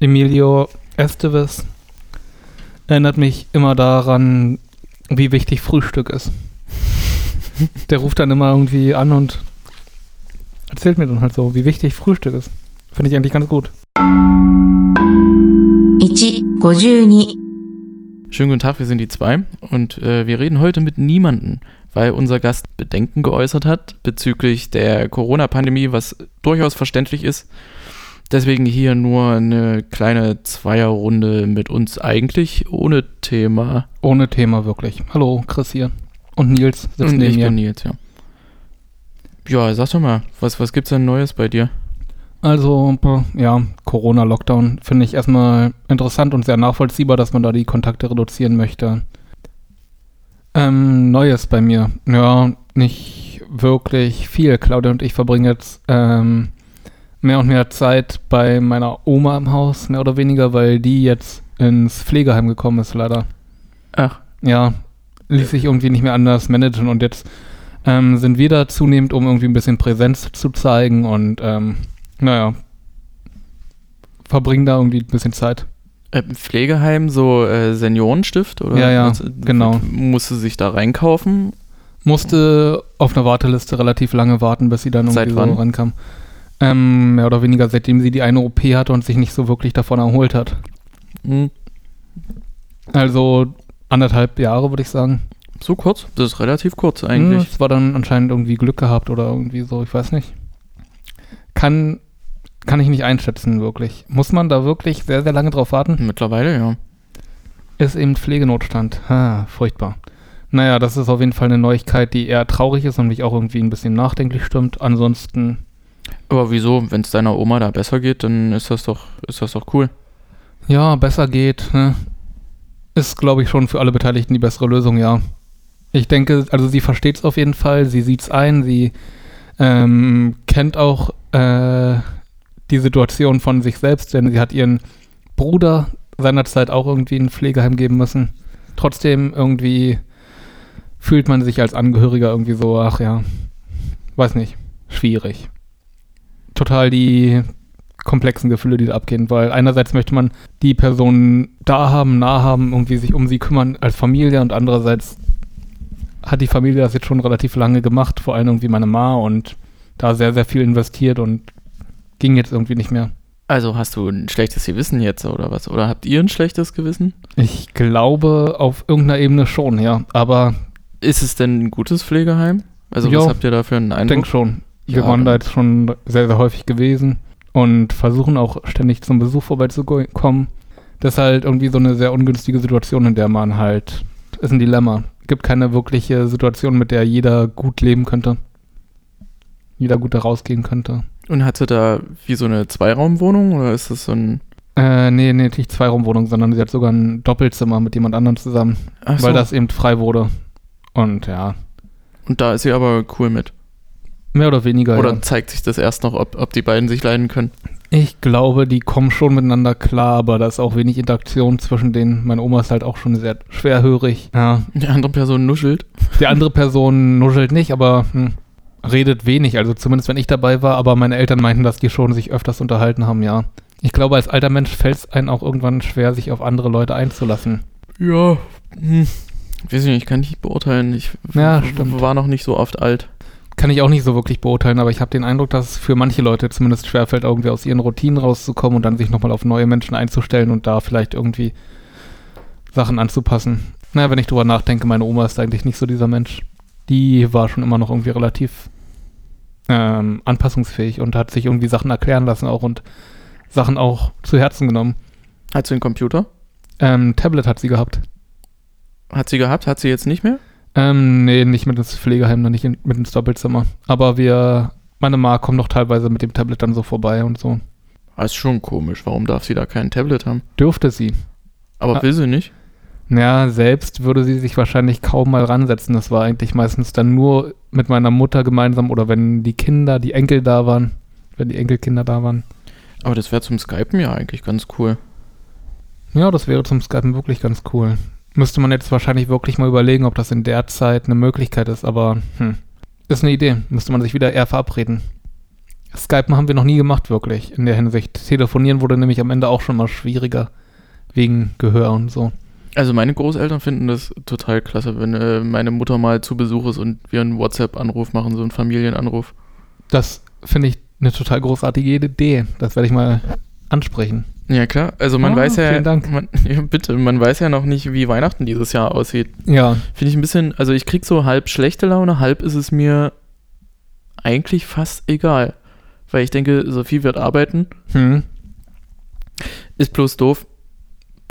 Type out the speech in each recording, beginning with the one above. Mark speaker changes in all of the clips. Speaker 1: Emilio Estevez erinnert mich immer daran, wie wichtig Frühstück ist. Der ruft dann immer irgendwie an und erzählt mir dann halt so, wie wichtig Frühstück ist. Finde ich eigentlich ganz gut.
Speaker 2: 1、52、
Speaker 3: Schönen guten Tag, wir sind die zwei und äh, wir reden heute mit niemanden, weil unser Gast Bedenken geäußert hat bezüglich der Corona-Pandemie, was durchaus verständlich ist. Deswegen hier nur eine kleine Zweierrunde mit uns eigentlich ohne Thema.
Speaker 1: Ohne Thema wirklich. Hallo, Chris hier. Und Nils sitzt
Speaker 3: Und
Speaker 1: neben
Speaker 3: ich
Speaker 1: mir.
Speaker 3: bin Nils, ja. Ja, sag doch mal, was, was gibt's denn Neues bei dir?
Speaker 1: Also, puh, ja, Corona-Lockdown finde ich erstmal interessant und sehr nachvollziehbar, dass man da die Kontakte reduzieren möchte. Ähm, Neues bei mir. Ja, nicht wirklich viel. Claudia und ich verbringen jetzt ähm, mehr und mehr Zeit bei meiner Oma im Haus, mehr oder weniger, weil die jetzt ins Pflegeheim gekommen ist, leider.
Speaker 3: Ach.
Speaker 1: Ja, ließ sich irgendwie nicht mehr anders managen und jetzt ähm, sind wir da zunehmend, um irgendwie ein bisschen Präsenz zu zeigen und ähm, naja, verbringen da irgendwie ein bisschen Zeit.
Speaker 3: Äh, Pflegeheim, so äh, Seniorenstift oder?
Speaker 1: Ja, ja, genau.
Speaker 3: Musste sich da reinkaufen?
Speaker 1: Musste auf einer Warteliste relativ lange warten, bis sie dann irgendwie
Speaker 3: Seit
Speaker 1: so
Speaker 3: wann?
Speaker 1: rankam. Ähm, mehr oder weniger, seitdem sie die eine OP hatte und sich nicht so wirklich davon erholt hat.
Speaker 3: Hm,
Speaker 1: Also anderthalb Jahre, würde ich sagen.
Speaker 3: so kurz? Das ist relativ kurz
Speaker 1: Hm,
Speaker 3: eigentlich.
Speaker 1: Es war dann anscheinend irgendwie Glück gehabt oder irgendwie so, ich weiß nicht. Kann, kann ich nicht einschätzen, wirklich. Muss man da wirklich sehr, sehr lange drauf warten?
Speaker 3: Mittlerweile, ja.
Speaker 1: Ist eben Pflegenotstand. Ha, furchtbar. Naja, das ist auf jeden Fall eine Neuigkeit, die eher traurig ist und mich auch irgendwie ein bisschen nachdenklich stimmt. Ansonsten,
Speaker 3: Aber wieso, wenn es deiner Oma da besser geht, dann ist das doch, ist das doch cool.
Speaker 1: ja, besser geht. Ne? Ist, glaube ich, schon für alle Beteiligten die bessere Lösung, ja. Ich denke, also sie versteht es auf jeden Fall, sie sieht es ein, sie ähm, kennt auch äh, die Situation von sich selbst, denn sie hat ihren Bruder seinerzeit auch irgendwie in ein Pflegeheim geben müssen. Trotzdem irgendwie fühlt man sich als Angehöriger irgendwie so, ach ja, weiß nicht, schwierig. Total die komplexen Gefühle, die da abgehen, weil einerseits möchte man die Person da haben, nah haben, irgendwie sich um sie kümmern als Familie und andererseits hat die Familie das jetzt schon relativ lange gemacht, vor allem irgendwie meine Ma und da sehr, sehr viel investiert und ging jetzt irgendwie nicht mehr.
Speaker 3: Also hast du ein schlechtes Gewissen jetzt oder was? Oder habt ihr ein schlechtes Gewissen?
Speaker 1: Ich glaube auf irgendeiner Ebene schon, ja, aber
Speaker 3: Ist es denn ein gutes Pflegeheim? Also
Speaker 1: Ja.
Speaker 3: was habt ihr da für einen
Speaker 1: ich denke
Speaker 3: Eindruck?
Speaker 1: schon. Wir
Speaker 3: Ja, genau.
Speaker 1: waren da
Speaker 3: dann-
Speaker 1: jetzt schon sehr, sehr häufig gewesen und versuchen auch ständig zum Besuch vorbeizukommen. Das ist halt irgendwie so eine sehr ungünstige Situation, in der man halt, ist ein Dilemma. Gibt keine wirkliche Situation, mit der jeder gut leben könnte. Jeder gut da rausgehen könnte.
Speaker 3: Und hast du da wie so eine Zweiraumwohnung oder ist das so ein...
Speaker 1: Äh, nee, nee, nicht Zweiraumwohnung, sondern sie hat sogar ein Doppelzimmer mit jemand anderem zusammen,
Speaker 3: Ach so.
Speaker 1: weil das eben frei wurde. Und ja,
Speaker 3: Und da ist sie aber cool mit.
Speaker 1: mehr oder weniger.
Speaker 3: Oder
Speaker 1: ja.
Speaker 3: zeigt sich das erst noch, ob, ob die beiden sich leiden können?
Speaker 1: Ich glaube, die kommen schon miteinander klar, aber da ist auch wenig Interaktion zwischen denen. Meine Oma ist halt auch schon sehr schwerhörig. Ja.
Speaker 3: Die andere Person nuschelt.
Speaker 1: Die andere Person nuschelt nicht, aber hm, redet wenig. Also zumindest, wenn ich dabei war, aber meine Eltern meinten, dass die schon sich öfters unterhalten haben, ja. Ich glaube, als alter Mensch fällt es einem auch irgendwann schwer, sich auf andere Leute einzulassen.
Speaker 3: Ja. Hm. Weiß ich nicht, kann ich nicht beurteilen. Ich
Speaker 1: Ja,
Speaker 3: w-
Speaker 1: stimmt.
Speaker 3: war noch nicht so oft alt.
Speaker 1: Kann ich auch nicht so wirklich beurteilen, aber ich habe den Eindruck, dass es für manche Leute zumindest schwerfällt, irgendwie aus ihren Routinen rauszukommen und dann sich nochmal auf neue Menschen einzustellen und da vielleicht irgendwie Sachen anzupassen. Naja, wenn ich drüber nachdenke, meine Oma ist eigentlich nicht so dieser Mensch. Die war schon immer noch irgendwie relativ ähm, anpassungsfähig und hat sich irgendwie Sachen erklären lassen auch und Sachen auch zu Herzen genommen.
Speaker 3: Hat sie einen Computer?
Speaker 1: Ähm, Tablet hat sie gehabt.
Speaker 3: Hat sie gehabt? Hat sie jetzt nicht mehr?
Speaker 1: Ähm, nee, nicht mit ins Pflegeheim, dann nicht in, mit ins Doppelzimmer. Aber wir, meine Ma kommt noch teilweise mit dem Tablet dann so vorbei und so.
Speaker 3: Ah, ist schon komisch. Warum darf sie da kein Tablet haben?
Speaker 1: Dürfte sie.
Speaker 3: Aber
Speaker 1: Ah.
Speaker 3: will sie nicht?
Speaker 1: Ja, selbst würde sie sich wahrscheinlich kaum mal ransetzen. Das war eigentlich meistens dann nur mit meiner Mutter gemeinsam oder wenn die Kinder, die Enkel da waren, wenn die Enkelkinder da waren.
Speaker 3: Aber das wäre zum Skypen ja eigentlich ganz cool.
Speaker 1: Ja, das wäre zum Skypen wirklich ganz cool. Müsste man jetzt wahrscheinlich wirklich mal überlegen, ob das in der Zeit eine Möglichkeit ist, aber hm, ist eine Idee. Müsste man sich wieder eher verabreden. Skypen haben wir noch nie gemacht, wirklich, in der Hinsicht. Telefonieren wurde nämlich am Ende auch schon mal schwieriger, wegen Gehör und so.
Speaker 3: Also meine Großeltern finden das total klasse, wenn äh, meine Mutter mal zu Besuch ist und wir einen WhatsApp-Anruf machen, so einen Familienanruf.
Speaker 1: Das finde ich eine total großartige Idee. Das werde ich mal ansprechen.
Speaker 3: Ja klar, also man
Speaker 1: Ah,
Speaker 3: weiß ja,
Speaker 1: vielen Dank.
Speaker 3: Man, ja, bitte, man weiß ja noch nicht, wie Weihnachten dieses Jahr aussieht.
Speaker 1: Ja,
Speaker 3: Finde ich ein bisschen, also ich krieg so halb schlechte Laune, halb ist es mir eigentlich fast egal, weil ich denke, Sophie wird arbeiten,
Speaker 1: hm.
Speaker 3: ist bloß doof,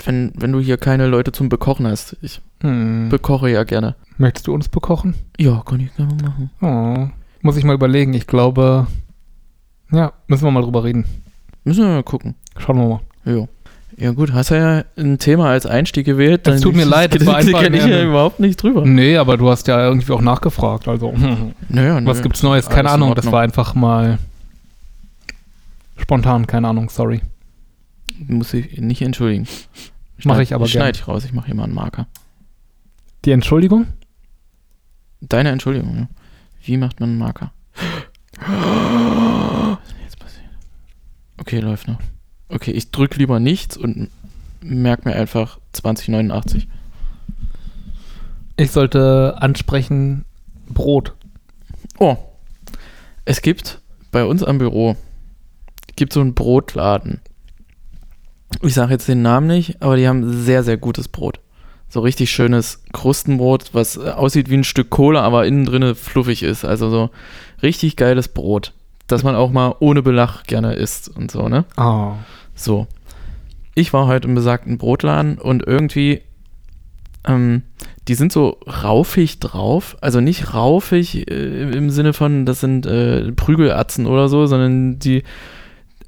Speaker 3: wenn wenn du hier keine Leute zum Bekochen hast. Ich
Speaker 1: Hm.
Speaker 3: bekoche ja gerne.
Speaker 1: Möchtest du uns bekochen?
Speaker 3: Ja, kann ich gerne machen.
Speaker 1: Oh. Muss ich mal überlegen. Ich glaube, ja, müssen wir mal drüber reden.
Speaker 3: Müssen wir mal gucken.
Speaker 1: Schauen wir mal.
Speaker 3: Jo. Ja gut, hast ja ein Thema als Einstieg gewählt.
Speaker 1: Es tut mir leid,
Speaker 3: das
Speaker 1: das war
Speaker 3: da
Speaker 1: einfach Hm.
Speaker 3: kann ich
Speaker 1: mehr-
Speaker 3: ja überhaupt nicht drüber.
Speaker 1: Nee, aber du hast ja irgendwie auch nachgefragt. Also,
Speaker 3: Naja,
Speaker 1: was
Speaker 3: nö.
Speaker 1: gibt's Neues?
Speaker 3: Mhm. Alles
Speaker 1: Keine
Speaker 3: in
Speaker 1: Ahnung. Das
Speaker 3: Ordnung.
Speaker 1: war einfach mal spontan. Keine Ahnung, sorry.
Speaker 3: Muss ich nicht entschuldigen.
Speaker 1: Mach
Speaker 3: Schneid-
Speaker 1: ich aber
Speaker 3: Schneid ich raus, ich mache hier mal einen Marker.
Speaker 1: Die Entschuldigung?
Speaker 3: Deine Entschuldigung, ja. Wie macht man einen Marker? Was ist denn jetzt passiert? Okay, läuft noch. Okay, ich drück lieber nichts und merk mir einfach 2089.
Speaker 1: Ich sollte ansprechen Brot.
Speaker 3: Oh, es gibt bei uns am Büro gibt so einen Brotladen. Ich sage jetzt den Namen nicht, aber die haben sehr, sehr gutes Brot. So richtig schönes Krustenbrot, was äh, aussieht wie ein Stück Kohle, aber innen drinne fluffig ist. Also so richtig geiles Brot, das man auch mal ohne Belach gerne isst und so, ne?
Speaker 1: Ah.
Speaker 3: So. Ich war heute im besagten Brotladen und irgendwie, ähm, die sind so raufig drauf. Also nicht raufig äh, im Sinne von, das sind äh, Prügelatzen oder so, sondern die,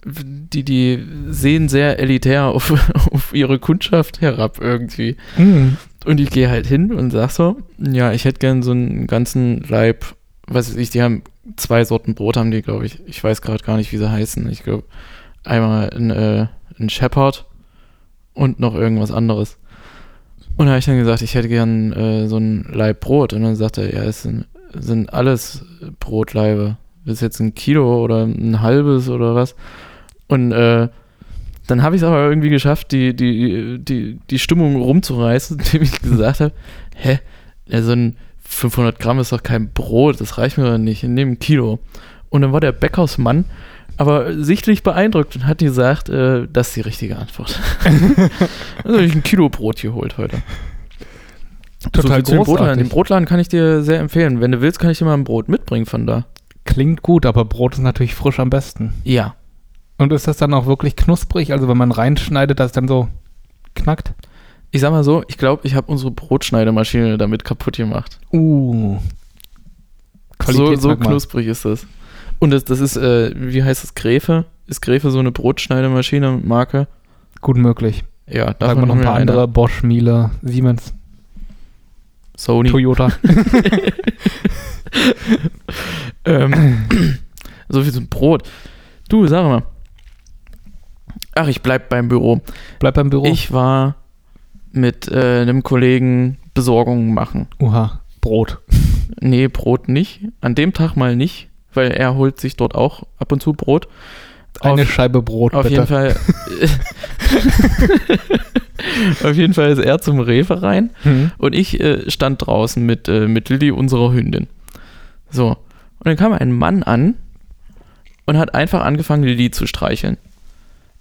Speaker 3: die, die sehen sehr elitär auf, auf ihre Kundschaft herab irgendwie.
Speaker 1: Hm.
Speaker 3: Und ich gehe halt hin und sag so, ja, ich hätte gern so einen ganzen Leib, was weiß ich, die haben zwei Sorten Brot haben die, glaube ich. Ich weiß gerade gar nicht, wie sie heißen. Ich glaube, einmal ein, äh, ein Shepherd und noch irgendwas anderes. Und da habe ich dann gesagt, ich hätte gern äh, so ein Leib Brot. Und dann sagte er, ja, es sind, sind alles Brotleibe. Ist jetzt ein Kilo oder ein halbes oder was. Und äh, dann habe ich es aber irgendwie geschafft, die, die, die, die Stimmung rumzureißen, indem ich gesagt habe, hä, ja, so ein 500 Gramm ist doch kein Brot, das reicht mir doch nicht, ich nehme ein Kilo. Und dann war der Bäckersmann aber sichtlich beeindruckt und hat gesagt, äh, das ist die richtige Antwort. also habe ich ein Kilo Brot geholt heute.
Speaker 1: Total
Speaker 3: viel zu dem Brotladen. Den
Speaker 1: großartig.
Speaker 3: Brotladen kann ich dir sehr empfehlen. Wenn du willst, kann ich dir mal ein Brot mitbringen von da.
Speaker 1: Klingt gut, aber Brot ist natürlich frisch am besten.
Speaker 3: Ja.
Speaker 1: Und ist das dann auch wirklich knusprig? Also wenn man reinschneidet, dass es dann so knackt?
Speaker 3: Ich sag mal so, ich glaube, ich habe unsere Brotschneidemaschine damit kaputt gemacht.
Speaker 1: Uh.
Speaker 3: So, so
Speaker 1: Qualitätsmerkmal.
Speaker 3: knusprig ist das. Und das, das ist, äh, wie heißt das, Gräfe? Ist Gräfe so eine Brotschneidemaschine, Marke?
Speaker 1: Gut möglich.
Speaker 3: Ja,
Speaker 1: Sag
Speaker 3: davon
Speaker 1: mal noch ein
Speaker 3: haben wir
Speaker 1: paar
Speaker 3: eine.
Speaker 1: andere. Bosch, Miele, Siemens,
Speaker 3: Sony.
Speaker 1: Toyota.
Speaker 3: Ähm, so viel zum Brot. Du, sag mal. Ach, ich bleib beim Büro.
Speaker 1: Bleib beim Büro.
Speaker 3: Ich war mit äh, einem Kollegen Besorgungen machen.
Speaker 1: Uha. Brot.
Speaker 3: Nee, Brot nicht. An dem Tag mal nicht, weil er holt sich dort auch ab und zu Brot.
Speaker 1: Eine
Speaker 3: Auf-
Speaker 1: Scheibe Brot,
Speaker 3: Auf
Speaker 1: bitte.
Speaker 3: jeden Fall. Auf jeden Fall ist er zum Rewe rein
Speaker 1: Hm.
Speaker 3: und ich äh, stand draußen mit, äh, mit Lilly, unserer Hündin. So. Und dann kam ein Mann an und hat einfach angefangen, Lilly zu streicheln.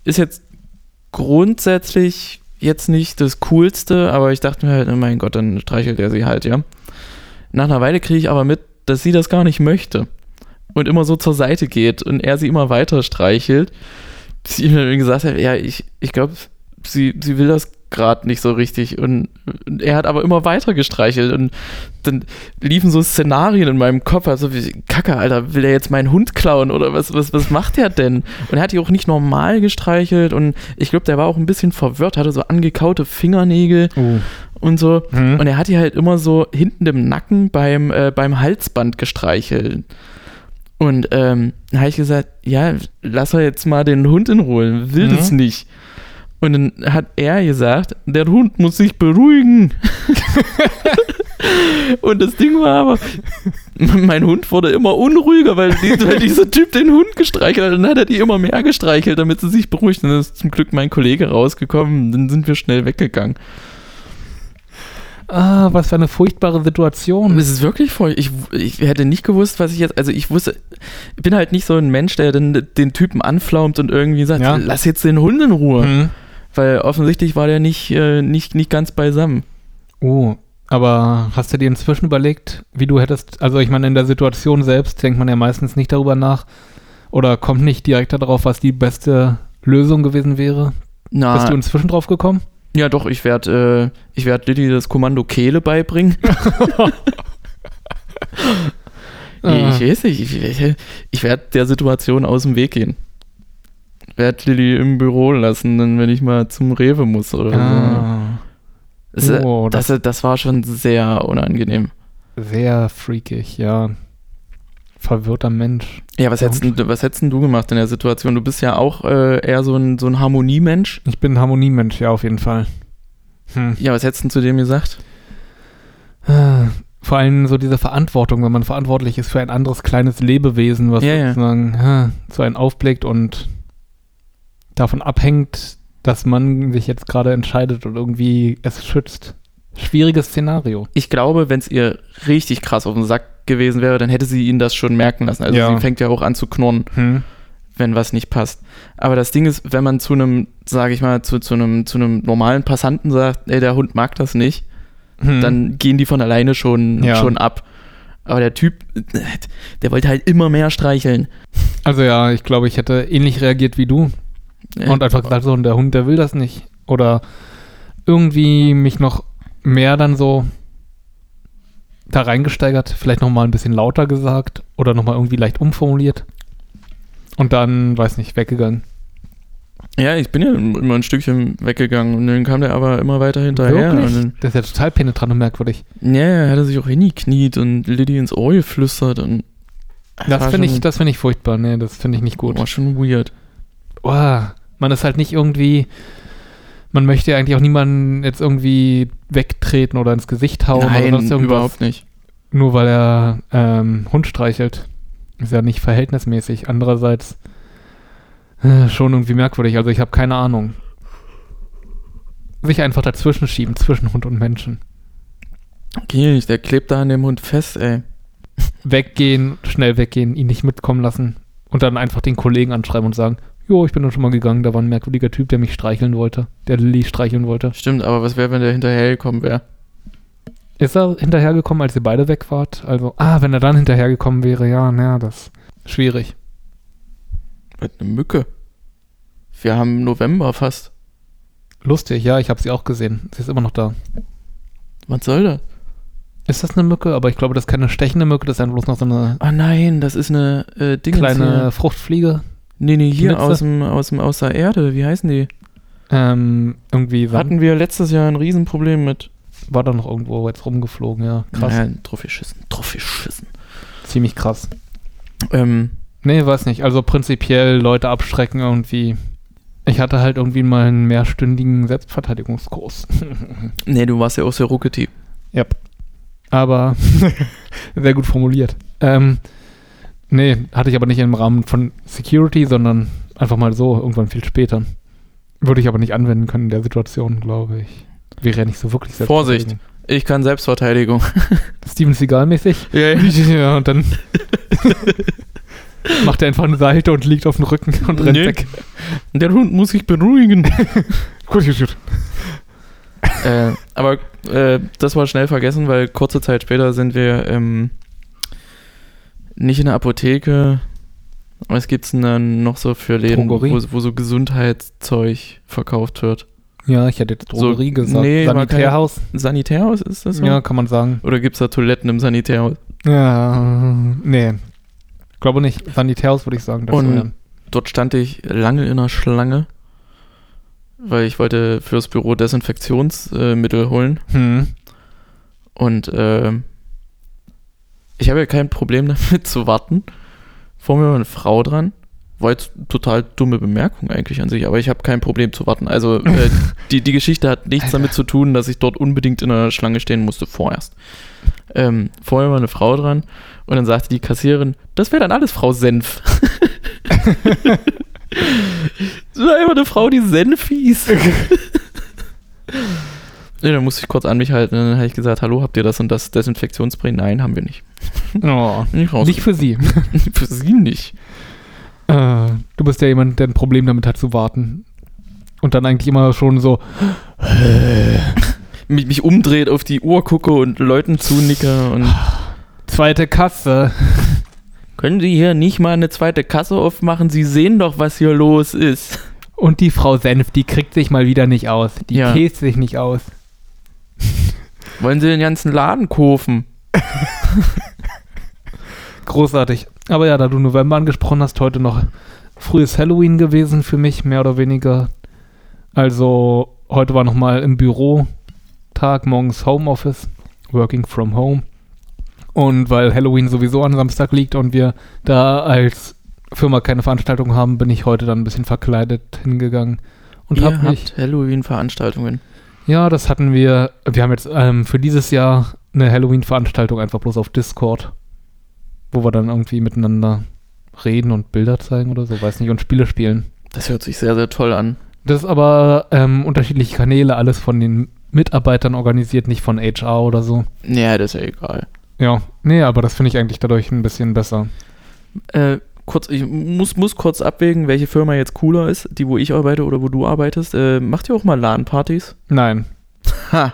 Speaker 3: Ist jetzt grundsätzlich jetzt nicht das Coolste, aber ich dachte mir halt, oh mein Gott, dann streichelt er sie halt, ja. Nach einer Weile kriege ich aber mit, dass sie das gar nicht möchte. Und immer so zur Seite geht und er sie immer weiter streichelt. Bis ich ihm dann gesagt habe, ja, ich, ich glaube, sie, sie will das gerade nicht so richtig. Und, und er hat aber immer weiter gestreichelt. Und dann liefen so Szenarien in meinem Kopf. Also wie, Kacke, Alter, will er jetzt meinen Hund klauen oder was, was, was macht er denn? Und er hat die auch nicht normal gestreichelt. Und ich glaube, der war auch ein bisschen verwirrt, hatte so angekaute Fingernägel
Speaker 1: Uh.
Speaker 3: und so.
Speaker 1: Hm.
Speaker 3: Und er hat die halt immer so hinten im Nacken beim, äh, beim Halsband gestreichelt. Und ähm, dann habe ich gesagt, ja, lass er jetzt mal den Hund in Ruhe, will
Speaker 1: Mhm.
Speaker 3: das nicht. Und dann hat er gesagt, der Hund muss sich beruhigen. Und das Ding war aber, mein Hund wurde immer unruhiger, weil, die, weil dieser Typ den Hund gestreichelt hat. Und dann hat er die immer mehr gestreichelt, damit sie sich beruhigt. Und dann ist zum Glück mein Kollege rausgekommen. Dann sind wir schnell weggegangen.
Speaker 1: Ah, was für eine furchtbare
Speaker 3: Und
Speaker 1: Situation.
Speaker 3: es ist wirklich voll. Ich, ich hätte nicht gewusst, was ich jetzt. Also, ich wusste. Ich bin halt nicht so ein Mensch, der den, den Typen anflaumt und irgendwie sagt:
Speaker 1: Ja.
Speaker 3: Lass jetzt den Hund in Ruhe.
Speaker 1: Hm.
Speaker 3: Weil offensichtlich war der nicht, äh, nicht, nicht ganz beisammen.
Speaker 1: Oh, aber hast du dir inzwischen überlegt, wie du hättest, also ich meine, in der Situation selbst denkt man ja meistens nicht darüber nach oder kommt nicht direkt darauf, was die beste Lösung gewesen wäre.
Speaker 3: Na,
Speaker 1: Bist du inzwischen drauf gekommen?
Speaker 3: Ja, doch, ich werde äh, ich werd Lilly das Kommando Kehle beibringen. Nee,
Speaker 1: Ah.
Speaker 3: ich weiß nicht, ich, ich, ich werde der Situation aus dem Weg gehen. Werd Lilly im Büro lassen, dann wenn ich mal zum Rewe muss oder
Speaker 1: Ah,
Speaker 3: so. Das, äh,
Speaker 1: Oh,
Speaker 3: das, das war schon sehr unangenehm.
Speaker 1: sehr freakig, ja. Verwirrter Mensch.
Speaker 3: Ja, was
Speaker 1: Ja,
Speaker 3: hättest, denn- was hättest denn du gemacht in der Situation? Du bist ja auch äh, eher so ein, so ein Harmoniemensch.
Speaker 1: Ich bin ein Harmoniemensch, ja, auf jeden Fall. Hm.
Speaker 3: Ja, was hättest du zu dem gesagt?
Speaker 1: Ah, Vor allem so diese Verantwortung, wenn man verantwortlich ist für ein anderes kleines Lebewesen, was
Speaker 3: Ja, ja.
Speaker 1: sozusagen ah, zu einem aufblickt und davon abhängt, dass man sich jetzt gerade entscheidet und irgendwie es schützt. Schwieriges Szenario.
Speaker 3: ich glaube, wenn es ihr richtig krass auf den Sack gewesen wäre, dann hätte sie ihn das schon merken lassen. Also
Speaker 1: Ja.
Speaker 3: sie fängt ja auch an zu knurren,
Speaker 1: Hm.
Speaker 3: wenn was nicht passt. Aber das Ding ist, wenn man zu einem, sage ich mal, zu, zu, einem, zu einem normalen Passanten sagt, ey, der Hund mag das nicht,
Speaker 1: Hm.
Speaker 3: dann gehen die von alleine schon,
Speaker 1: Ja.
Speaker 3: schon ab. Aber der Typ, äh, der wollte halt immer mehr streicheln.
Speaker 1: also ja, ich glaube, ich hätte ähnlich reagiert wie du und einfach gesagt, so, der Hund, der will das nicht. Oder irgendwie mich noch mehr dann so da reingesteigert, vielleicht nochmal ein bisschen lauter gesagt oder nochmal irgendwie leicht umformuliert. Und dann, weiß nicht, weggegangen.
Speaker 3: Ja, ich bin ja immer ein Stückchen weggegangen und dann kam der aber immer weiter hinterher. Und dann,
Speaker 1: Das ist ja total penetrant und merkwürdig.
Speaker 3: ja, er hat er sich auch hingekniet und Liddy ins Ohr geflüstert und
Speaker 1: Das
Speaker 3: war
Speaker 1: finde ich,
Speaker 3: schon-
Speaker 1: das finde ich furchtbar. Nee, das finde ich nicht gut.
Speaker 3: war schon weird.
Speaker 1: Boah, man ist halt nicht irgendwie, man möchte ja eigentlich auch niemanden jetzt irgendwie wegtreten oder ins Gesicht hauen oder
Speaker 3: Nein,
Speaker 1: sonst irgendwas.
Speaker 3: überhaupt nicht.
Speaker 1: Nur weil er ähm, Hund streichelt. Ist ja nicht verhältnismäßig. Andererseits äh, schon irgendwie merkwürdig. Also ich habe keine Ahnung. Sich einfach dazwischen schieben, zwischen Hund und Menschen.
Speaker 3: Okay, der klebt da an dem Hund fest, ey.
Speaker 1: Weggehen, schnell weggehen, ihn nicht mitkommen lassen. Und dann einfach den Kollegen anschreiben und sagen, jo, ich bin doch schon mal gegangen, da war ein merkwürdiger Typ, der mich streicheln wollte, der Lilly streicheln wollte.
Speaker 3: Stimmt, aber was wäre, wenn der hinterhergekommen wäre?
Speaker 1: Ist er hinterhergekommen, als ihr beide weg wart? Also, ah, wenn er dann hinterhergekommen wäre, ja, naja, das schwierig.
Speaker 3: Mit einer Mücke. Wir haben November fast.
Speaker 1: Lustig, ja, ich habe sie auch gesehen. Sie ist immer noch da.
Speaker 3: Was soll das?
Speaker 1: Ist das eine Mücke? Aber ich glaube, das ist keine stechende Mücke, das ist einfach bloß noch so eine
Speaker 3: Ah nein, das ist eine äh, Dingens
Speaker 1: kleine
Speaker 3: Hier.
Speaker 1: Fruchtfliege.
Speaker 3: Nee, nee, hier
Speaker 1: Schnitze.
Speaker 3: aus dem, aus dem aus der Erde. Wie heißen die?
Speaker 1: Ähm, irgendwie war,
Speaker 3: Hatten wir letztes Jahr ein Riesenproblem mit.
Speaker 1: war da noch irgendwo jetzt rumgeflogen, ja. Krass.
Speaker 3: Naja, drauf geschissen, drauf geschissen.
Speaker 1: Ziemlich krass.
Speaker 3: Ähm,
Speaker 1: Nee, weiß nicht. Also prinzipiell Leute abschrecken irgendwie. Ich hatte halt irgendwie mal einen mehrstündigen Selbstverteidigungskurs.
Speaker 3: nee, du warst ja auch sehr rucketi.
Speaker 1: aber sehr gut formuliert. Ähm, nee, hatte ich aber nicht im Rahmen von Security, sondern einfach mal so, irgendwann viel später. Würde ich aber nicht anwenden können in der Situation, glaube ich. Wäre ja nicht so wirklich
Speaker 3: Vorsicht.
Speaker 1: selbstverteidigend.
Speaker 3: Ich kann Selbstverteidigung.
Speaker 1: Steven Seagal-mäßig.
Speaker 3: Ja,
Speaker 1: ja, und dann macht er einfach eine Seite und liegt auf dem Rücken und rennt
Speaker 3: Nee.
Speaker 1: weg.
Speaker 3: Der Hund muss sich beruhigen.
Speaker 1: Gut, gut, gut.
Speaker 3: äh, aber äh, das war schnell vergessen, weil kurze Zeit später sind wir ähm, nicht in der Apotheke. Was gibt's denn dann noch so für Läden, wo,
Speaker 1: Drogerie.
Speaker 3: wo so Gesundheitszeug verkauft wird?
Speaker 1: Ja, ich hätte jetzt
Speaker 3: So,
Speaker 1: Drogerie gesagt.
Speaker 3: nee, war keine-
Speaker 1: Sanitärhaus.
Speaker 3: Ein Sanitärhaus ist das? so?
Speaker 1: Ja, kann man sagen.
Speaker 3: Oder gibt's da Toiletten im Sanitärhaus?
Speaker 1: Ja, nee. Glaube nicht. Sanitärhaus würde ich sagen. das
Speaker 3: Und-
Speaker 1: wäre-
Speaker 3: Dort stand ich lange in einer Schlange, weil ich wollte fürs Büro Desinfektionsmittel äh, holen.
Speaker 1: Hm.
Speaker 3: Und ähm, ich habe ja kein Problem damit zu warten. Vor mir war eine Frau dran, War jetzt total dumme Bemerkung eigentlich an sich, aber ich habe kein Problem zu warten. Also äh, die, die Geschichte hat nichts
Speaker 1: Alter.
Speaker 3: damit zu tun, dass ich dort unbedingt in einer Schlange stehen musste, vorerst. Ähm, vorher war eine Frau dran und dann sagte die Kassiererin, das wäre dann alles Frau Senf. das war einfach eine Frau, die Senf hieß. Ja, dann musste ich kurz an mich halten und dann habe ich gesagt, hallo, habt ihr das und das Desinfektionsspray? Nein, haben wir nicht.
Speaker 1: Oh,
Speaker 3: Bin ich raus.
Speaker 1: nicht für sie.
Speaker 3: für sie nicht.
Speaker 1: Äh, du bist ja jemand, der ein Problem damit hat zu warten. Und dann eigentlich immer schon so,
Speaker 3: Mich, mich umdreht, auf die Uhr gucke und Leuten zunicke und
Speaker 1: zweite Kasse.
Speaker 3: können Sie hier nicht mal eine zweite Kasse aufmachen? Sie sehen doch, was hier los ist.
Speaker 1: Und die Frau Senf, die kriegt sich mal wieder nicht aus. Die
Speaker 3: Ja.
Speaker 1: käst sich nicht aus.
Speaker 3: Wollen Sie den ganzen Laden kaufen?
Speaker 1: Großartig. Aber ja, da du November angesprochen hast, heute noch frühes Halloween gewesen für mich, mehr oder weniger. Also heute war nochmal im Büro Tag, morgens Homeoffice, Working from Home. Und weil Halloween sowieso an Samstag liegt und wir da als Firma keine Veranstaltung haben, bin ich heute dann ein bisschen verkleidet hingegangen und
Speaker 3: Ihr
Speaker 1: hab mich
Speaker 3: habt Halloween-Veranstaltungen.
Speaker 1: ja, das hatten wir. Wir haben jetzt ähm, für dieses Jahr eine Halloween-Veranstaltung einfach bloß auf Discord, wo wir dann irgendwie miteinander reden und Bilder zeigen oder so, weiß nicht, und Spiele spielen.
Speaker 3: Das hört sich sehr, sehr toll an.
Speaker 1: Das ist aber ähm, unterschiedliche Kanäle, alles von den Mitarbeitern organisiert, nicht von HR oder so.
Speaker 3: Naja, das ist ja egal.
Speaker 1: Ja, nee, aber das finde ich eigentlich dadurch ein bisschen besser.
Speaker 3: Äh, kurz, ich muss, muss kurz abwägen, welche Firma jetzt cooler ist, die, wo ich arbeite oder wo du arbeitest. Äh, macht ihr auch mal LAN-Partys?
Speaker 1: Nein.
Speaker 3: Ha,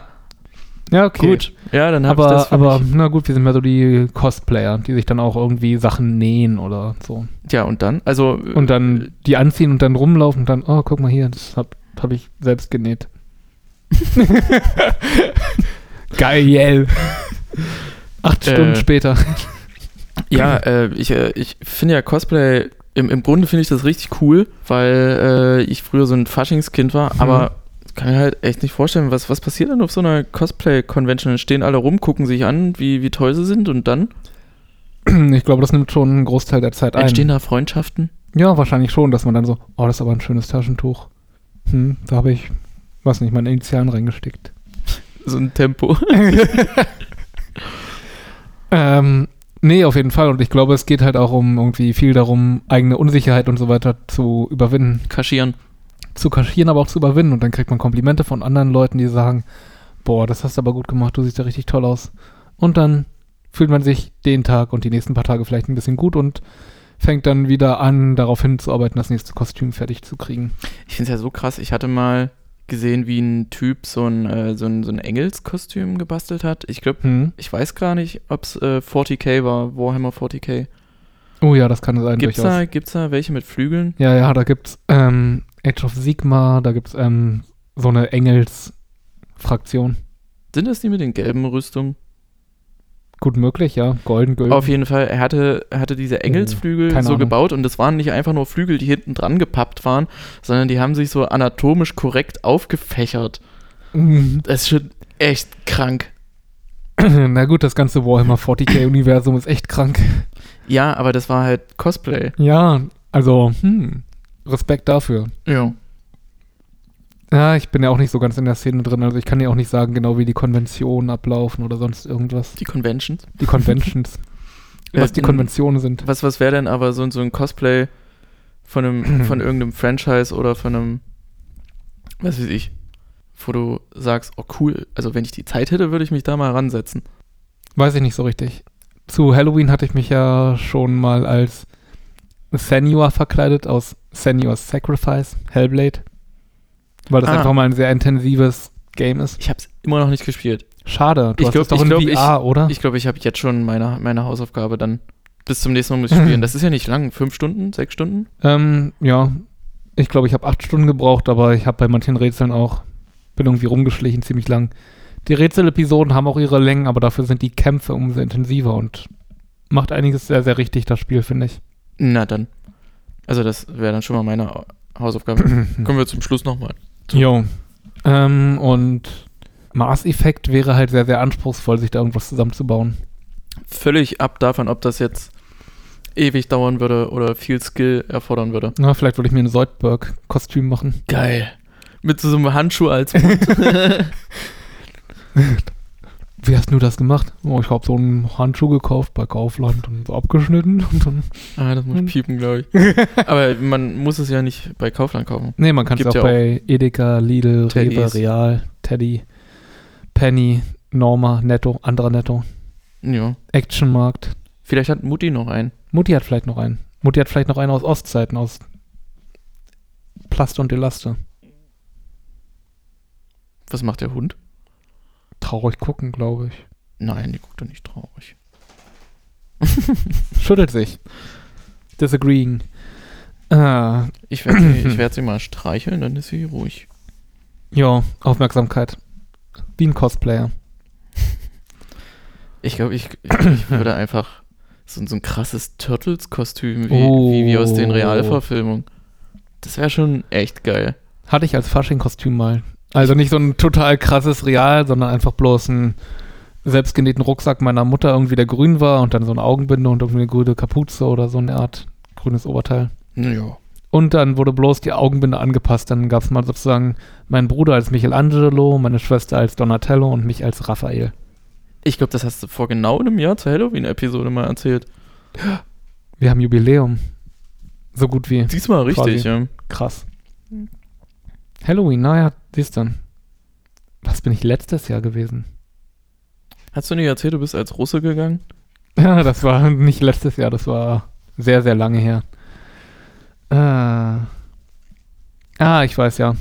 Speaker 1: Ja, okay.
Speaker 3: gut. Ja, dann habe ich das
Speaker 1: Aber,
Speaker 3: für
Speaker 1: aber
Speaker 3: mich.
Speaker 1: na gut, wir sind ja so die Cosplayer, die sich dann auch irgendwie Sachen nähen oder so.
Speaker 3: Ja, und dann? Also,
Speaker 1: Und dann die anziehen und dann rumlaufen und dann, oh, guck mal hier, das hab, hab ich selbst genäht. Geil. Acht
Speaker 3: Äh.
Speaker 1: Stunden später.
Speaker 3: Ja, äh, ich, äh, ich finde ja Cosplay, im, im Grunde finde ich das richtig cool, weil äh, ich früher so ein Faschingskind war,
Speaker 1: Mhm.
Speaker 3: aber kann mir halt echt nicht vorstellen, was, was passiert denn auf so einer Cosplay-Convention? Dann stehen alle rum, gucken sich an, wie, wie toll sie sind und dann
Speaker 1: Ich glaube, das nimmt schon einen Großteil der Zeit ein.
Speaker 3: entstehen Äh, da Freundschaften.
Speaker 1: Ja, wahrscheinlich schon, dass man dann so, oh, das ist aber ein schönes Taschentuch. Hm, da habe ich, weiß nicht, meine Initialen reingesteckt.
Speaker 3: So ein Tempo.
Speaker 1: Ähm, nee, auf jeden Fall. Und ich glaube, es geht halt auch um irgendwie viel darum, eigene Unsicherheit und so weiter zu überwinden.
Speaker 3: Kaschieren.
Speaker 1: zu kaschieren, aber auch zu überwinden. Und dann kriegt man Komplimente von anderen Leuten, die sagen, boah, das hast du aber gut gemacht, du siehst ja richtig toll aus. Und dann fühlt man sich den Tag und die nächsten paar Tage vielleicht ein bisschen gut und fängt dann wieder an, darauf hinzuarbeiten, das nächste Kostüm fertig zu kriegen.
Speaker 3: Ich finde es ja so krass, ich hatte mal gesehen, wie ein Typ so ein, äh, so ein, so ein Engelskostüm gebastelt hat. Ich glaube,
Speaker 1: Hm.
Speaker 3: ich weiß gar nicht, ob es äh, 40k war, Warhammer 40k.
Speaker 1: Oh ja, das kann sein,
Speaker 3: Gibt's da, gibt's da welche mit Flügeln?
Speaker 1: Ja, ja, da gibt's ähm, Age of Sigma, da gibt's ähm, so eine Engels-Fraktion.
Speaker 3: Sind das die mit den gelben Rüstungen?
Speaker 1: Gut möglich, ja. Golden, golden.
Speaker 3: Auf jeden Fall, er hatte, er hatte diese Engelsflügel
Speaker 1: Äh, keine
Speaker 3: so
Speaker 1: Ahnung.
Speaker 3: gebaut und das waren nicht einfach nur Flügel, die hinten dran gepappt waren, sondern die haben sich so anatomisch korrekt aufgefächert.
Speaker 1: Mhm.
Speaker 3: Das ist schon echt krank.
Speaker 1: Na gut, das ganze Warhammer 40k-Universum ist echt krank.
Speaker 3: Ja, aber das war halt Cosplay.
Speaker 1: Ja, also, hm, Respekt dafür.
Speaker 3: Ja.
Speaker 1: Ja, ich bin ja auch nicht so ganz in der Szene drin, also ich kann dir auch nicht sagen, genau wie die Konventionen ablaufen oder sonst irgendwas.
Speaker 3: Die Conventions.
Speaker 1: Die Conventions. was
Speaker 3: Äh,
Speaker 1: die
Speaker 3: in-
Speaker 1: Konventionen sind.
Speaker 3: Was, was wäre denn aber so, so ein Cosplay von, einem, von irgendeinem Franchise oder von einem, was weiß ich, wo du sagst, oh cool, also wenn ich die Zeit hätte, würde ich mich da mal ransetzen.
Speaker 1: Weiß ich nicht so richtig. Zu Halloween hatte ich mich ja schon mal als Senua verkleidet aus Senua's Sacrifice, Hellblade. Weil das
Speaker 3: Ah.
Speaker 1: einfach mal ein sehr intensives Game ist.
Speaker 3: Ich habe es immer noch nicht gespielt.
Speaker 1: Schade, du
Speaker 3: Ich
Speaker 1: hast
Speaker 3: glaub-
Speaker 1: das doch
Speaker 3: ich
Speaker 1: in
Speaker 3: glaub, ich-
Speaker 1: VR, oder?
Speaker 3: Ich glaube, ich habe jetzt schon meine, meine Hausaufgabe dann. Bis zum nächsten Mal muss ich spielen. Das ist ja nicht lang. Fünf Stunden? Sechs Stunden?
Speaker 1: Ähm, ja. Ich glaube, ich habe acht Stunden gebraucht, aber ich habe bei manchen Rätseln auch, bin irgendwie rumgeschlichen, ziemlich lang. Die Rätselepisoden haben auch ihre Längen, aber dafür sind die Kämpfe umso intensiver und macht einiges sehr, sehr richtig, das Spiel, finde ich.
Speaker 3: Na dann. Also, das wäre dann schon mal meine Hausaufgabe. Kommen wir zum Schluss nochmal.
Speaker 1: Jo. Ähm, und Mass Effect wäre halt sehr, sehr anspruchsvoll, sich da irgendwas zusammenzubauen.
Speaker 3: Völlig ab davon, ob das jetzt ewig dauern würde oder viel Skill erfordern würde.
Speaker 1: Na, vielleicht würde ich mir ein Soldberg-Kostüm machen.
Speaker 3: Geil. Mit so einem Handschuh als Mund.
Speaker 1: Wie hast du das gemacht? Oh, ich habe so einen Handschuh gekauft bei Kaufland und so abgeschnitten und dann.
Speaker 3: ah, das muss
Speaker 1: Hm.
Speaker 3: piepen, glaube ich. Aber man muss es ja nicht bei Kaufland kaufen.
Speaker 1: Nee, man kann es
Speaker 3: Gibt
Speaker 1: auch
Speaker 3: ja auch
Speaker 1: bei Edeka, Lidl,
Speaker 3: Teddys.
Speaker 1: Rewe, Real, Teddy, Penny, Norma, Netto, anderer Netto,
Speaker 3: Ja.
Speaker 1: Actionmarkt.
Speaker 3: Vielleicht hat Mutti noch einen.
Speaker 1: Mutti hat vielleicht noch einen. Mutti hat vielleicht noch einen aus Ostzeiten, aus Plast und Elaste.
Speaker 3: Was macht der Hund?
Speaker 1: Traurig gucken, glaube ich.
Speaker 3: Nein, die guckt doch nicht traurig.
Speaker 1: Schüttelt sich. Disagreeing. Äh,
Speaker 3: Ich werde sie, ich werd sie mal streicheln, dann ist sie ruhig.
Speaker 1: ja, Aufmerksamkeit. Wie ein Cosplayer.
Speaker 3: Ich glaube, ich, ich, ich würde einfach so, so ein krasses Turtles-Kostüm, wie, wie, wie aus den
Speaker 1: Oh.
Speaker 3: Realverfilmungen. Das wäre schon echt geil.
Speaker 1: Hatte ich als Fasching-Kostüm mal. Also nicht so ein total krasses Real, sondern einfach bloß einen selbstgenähten Rucksack meiner Mutter, irgendwie der grün war und dann so eine Augenbinde und irgendwie eine grüne Kapuze oder so eine Art grünes Oberteil.
Speaker 3: Ja.
Speaker 1: Und dann wurde bloß die Augenbinde angepasst. Dann gab es mal sozusagen meinen Bruder als Michelangelo, meine Schwester als Donatello und mich als Raphael.
Speaker 3: Ich glaube, das hast du vor genau einem Jahr zur Halloween-Episode mal erzählt.
Speaker 1: Wir haben Jubiläum. So gut wie.
Speaker 3: Diesmal richtig,
Speaker 1: Quasi.
Speaker 3: ja.
Speaker 1: Krass. Halloween, naja, siehst du. Was bin ich letztes Jahr gewesen?
Speaker 3: Hast du nicht erzählt, du bist als Russe gegangen?
Speaker 1: Ja, das war nicht letztes Jahr, das war sehr, sehr lange her. Äh. Ah, ich weiß ja.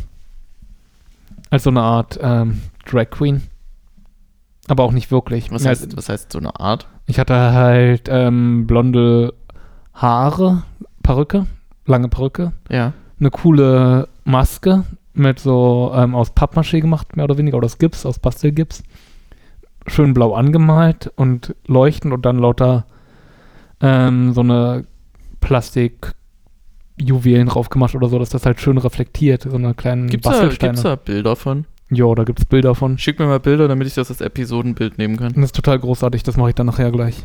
Speaker 1: Als so eine Art ähm, Drag Queen. Aber auch nicht wirklich.
Speaker 3: Was
Speaker 1: Ja,
Speaker 3: heißt, was heißt so eine Art?
Speaker 1: Ich hatte halt ähm, blonde Haare, Perücke, lange Perücke,
Speaker 3: Ja.
Speaker 1: eine coole Maske mit so ähm, aus Pappmaché gemacht, mehr oder weniger, oder aus Gips, aus Bastelgips. Schön blau angemalt und leuchtend und dann lauter ähm, so eine Plastikjuwelen drauf gemacht oder so, dass das halt schön reflektiert, so eine kleine
Speaker 3: Gibt's da, gibt's da Bilder von?
Speaker 1: Ja, da gibt's Bilder von.
Speaker 3: Schick mir mal Bilder, damit ich das als Episodenbild nehmen kann.
Speaker 1: Das ist total großartig, das mache ich dann nachher gleich.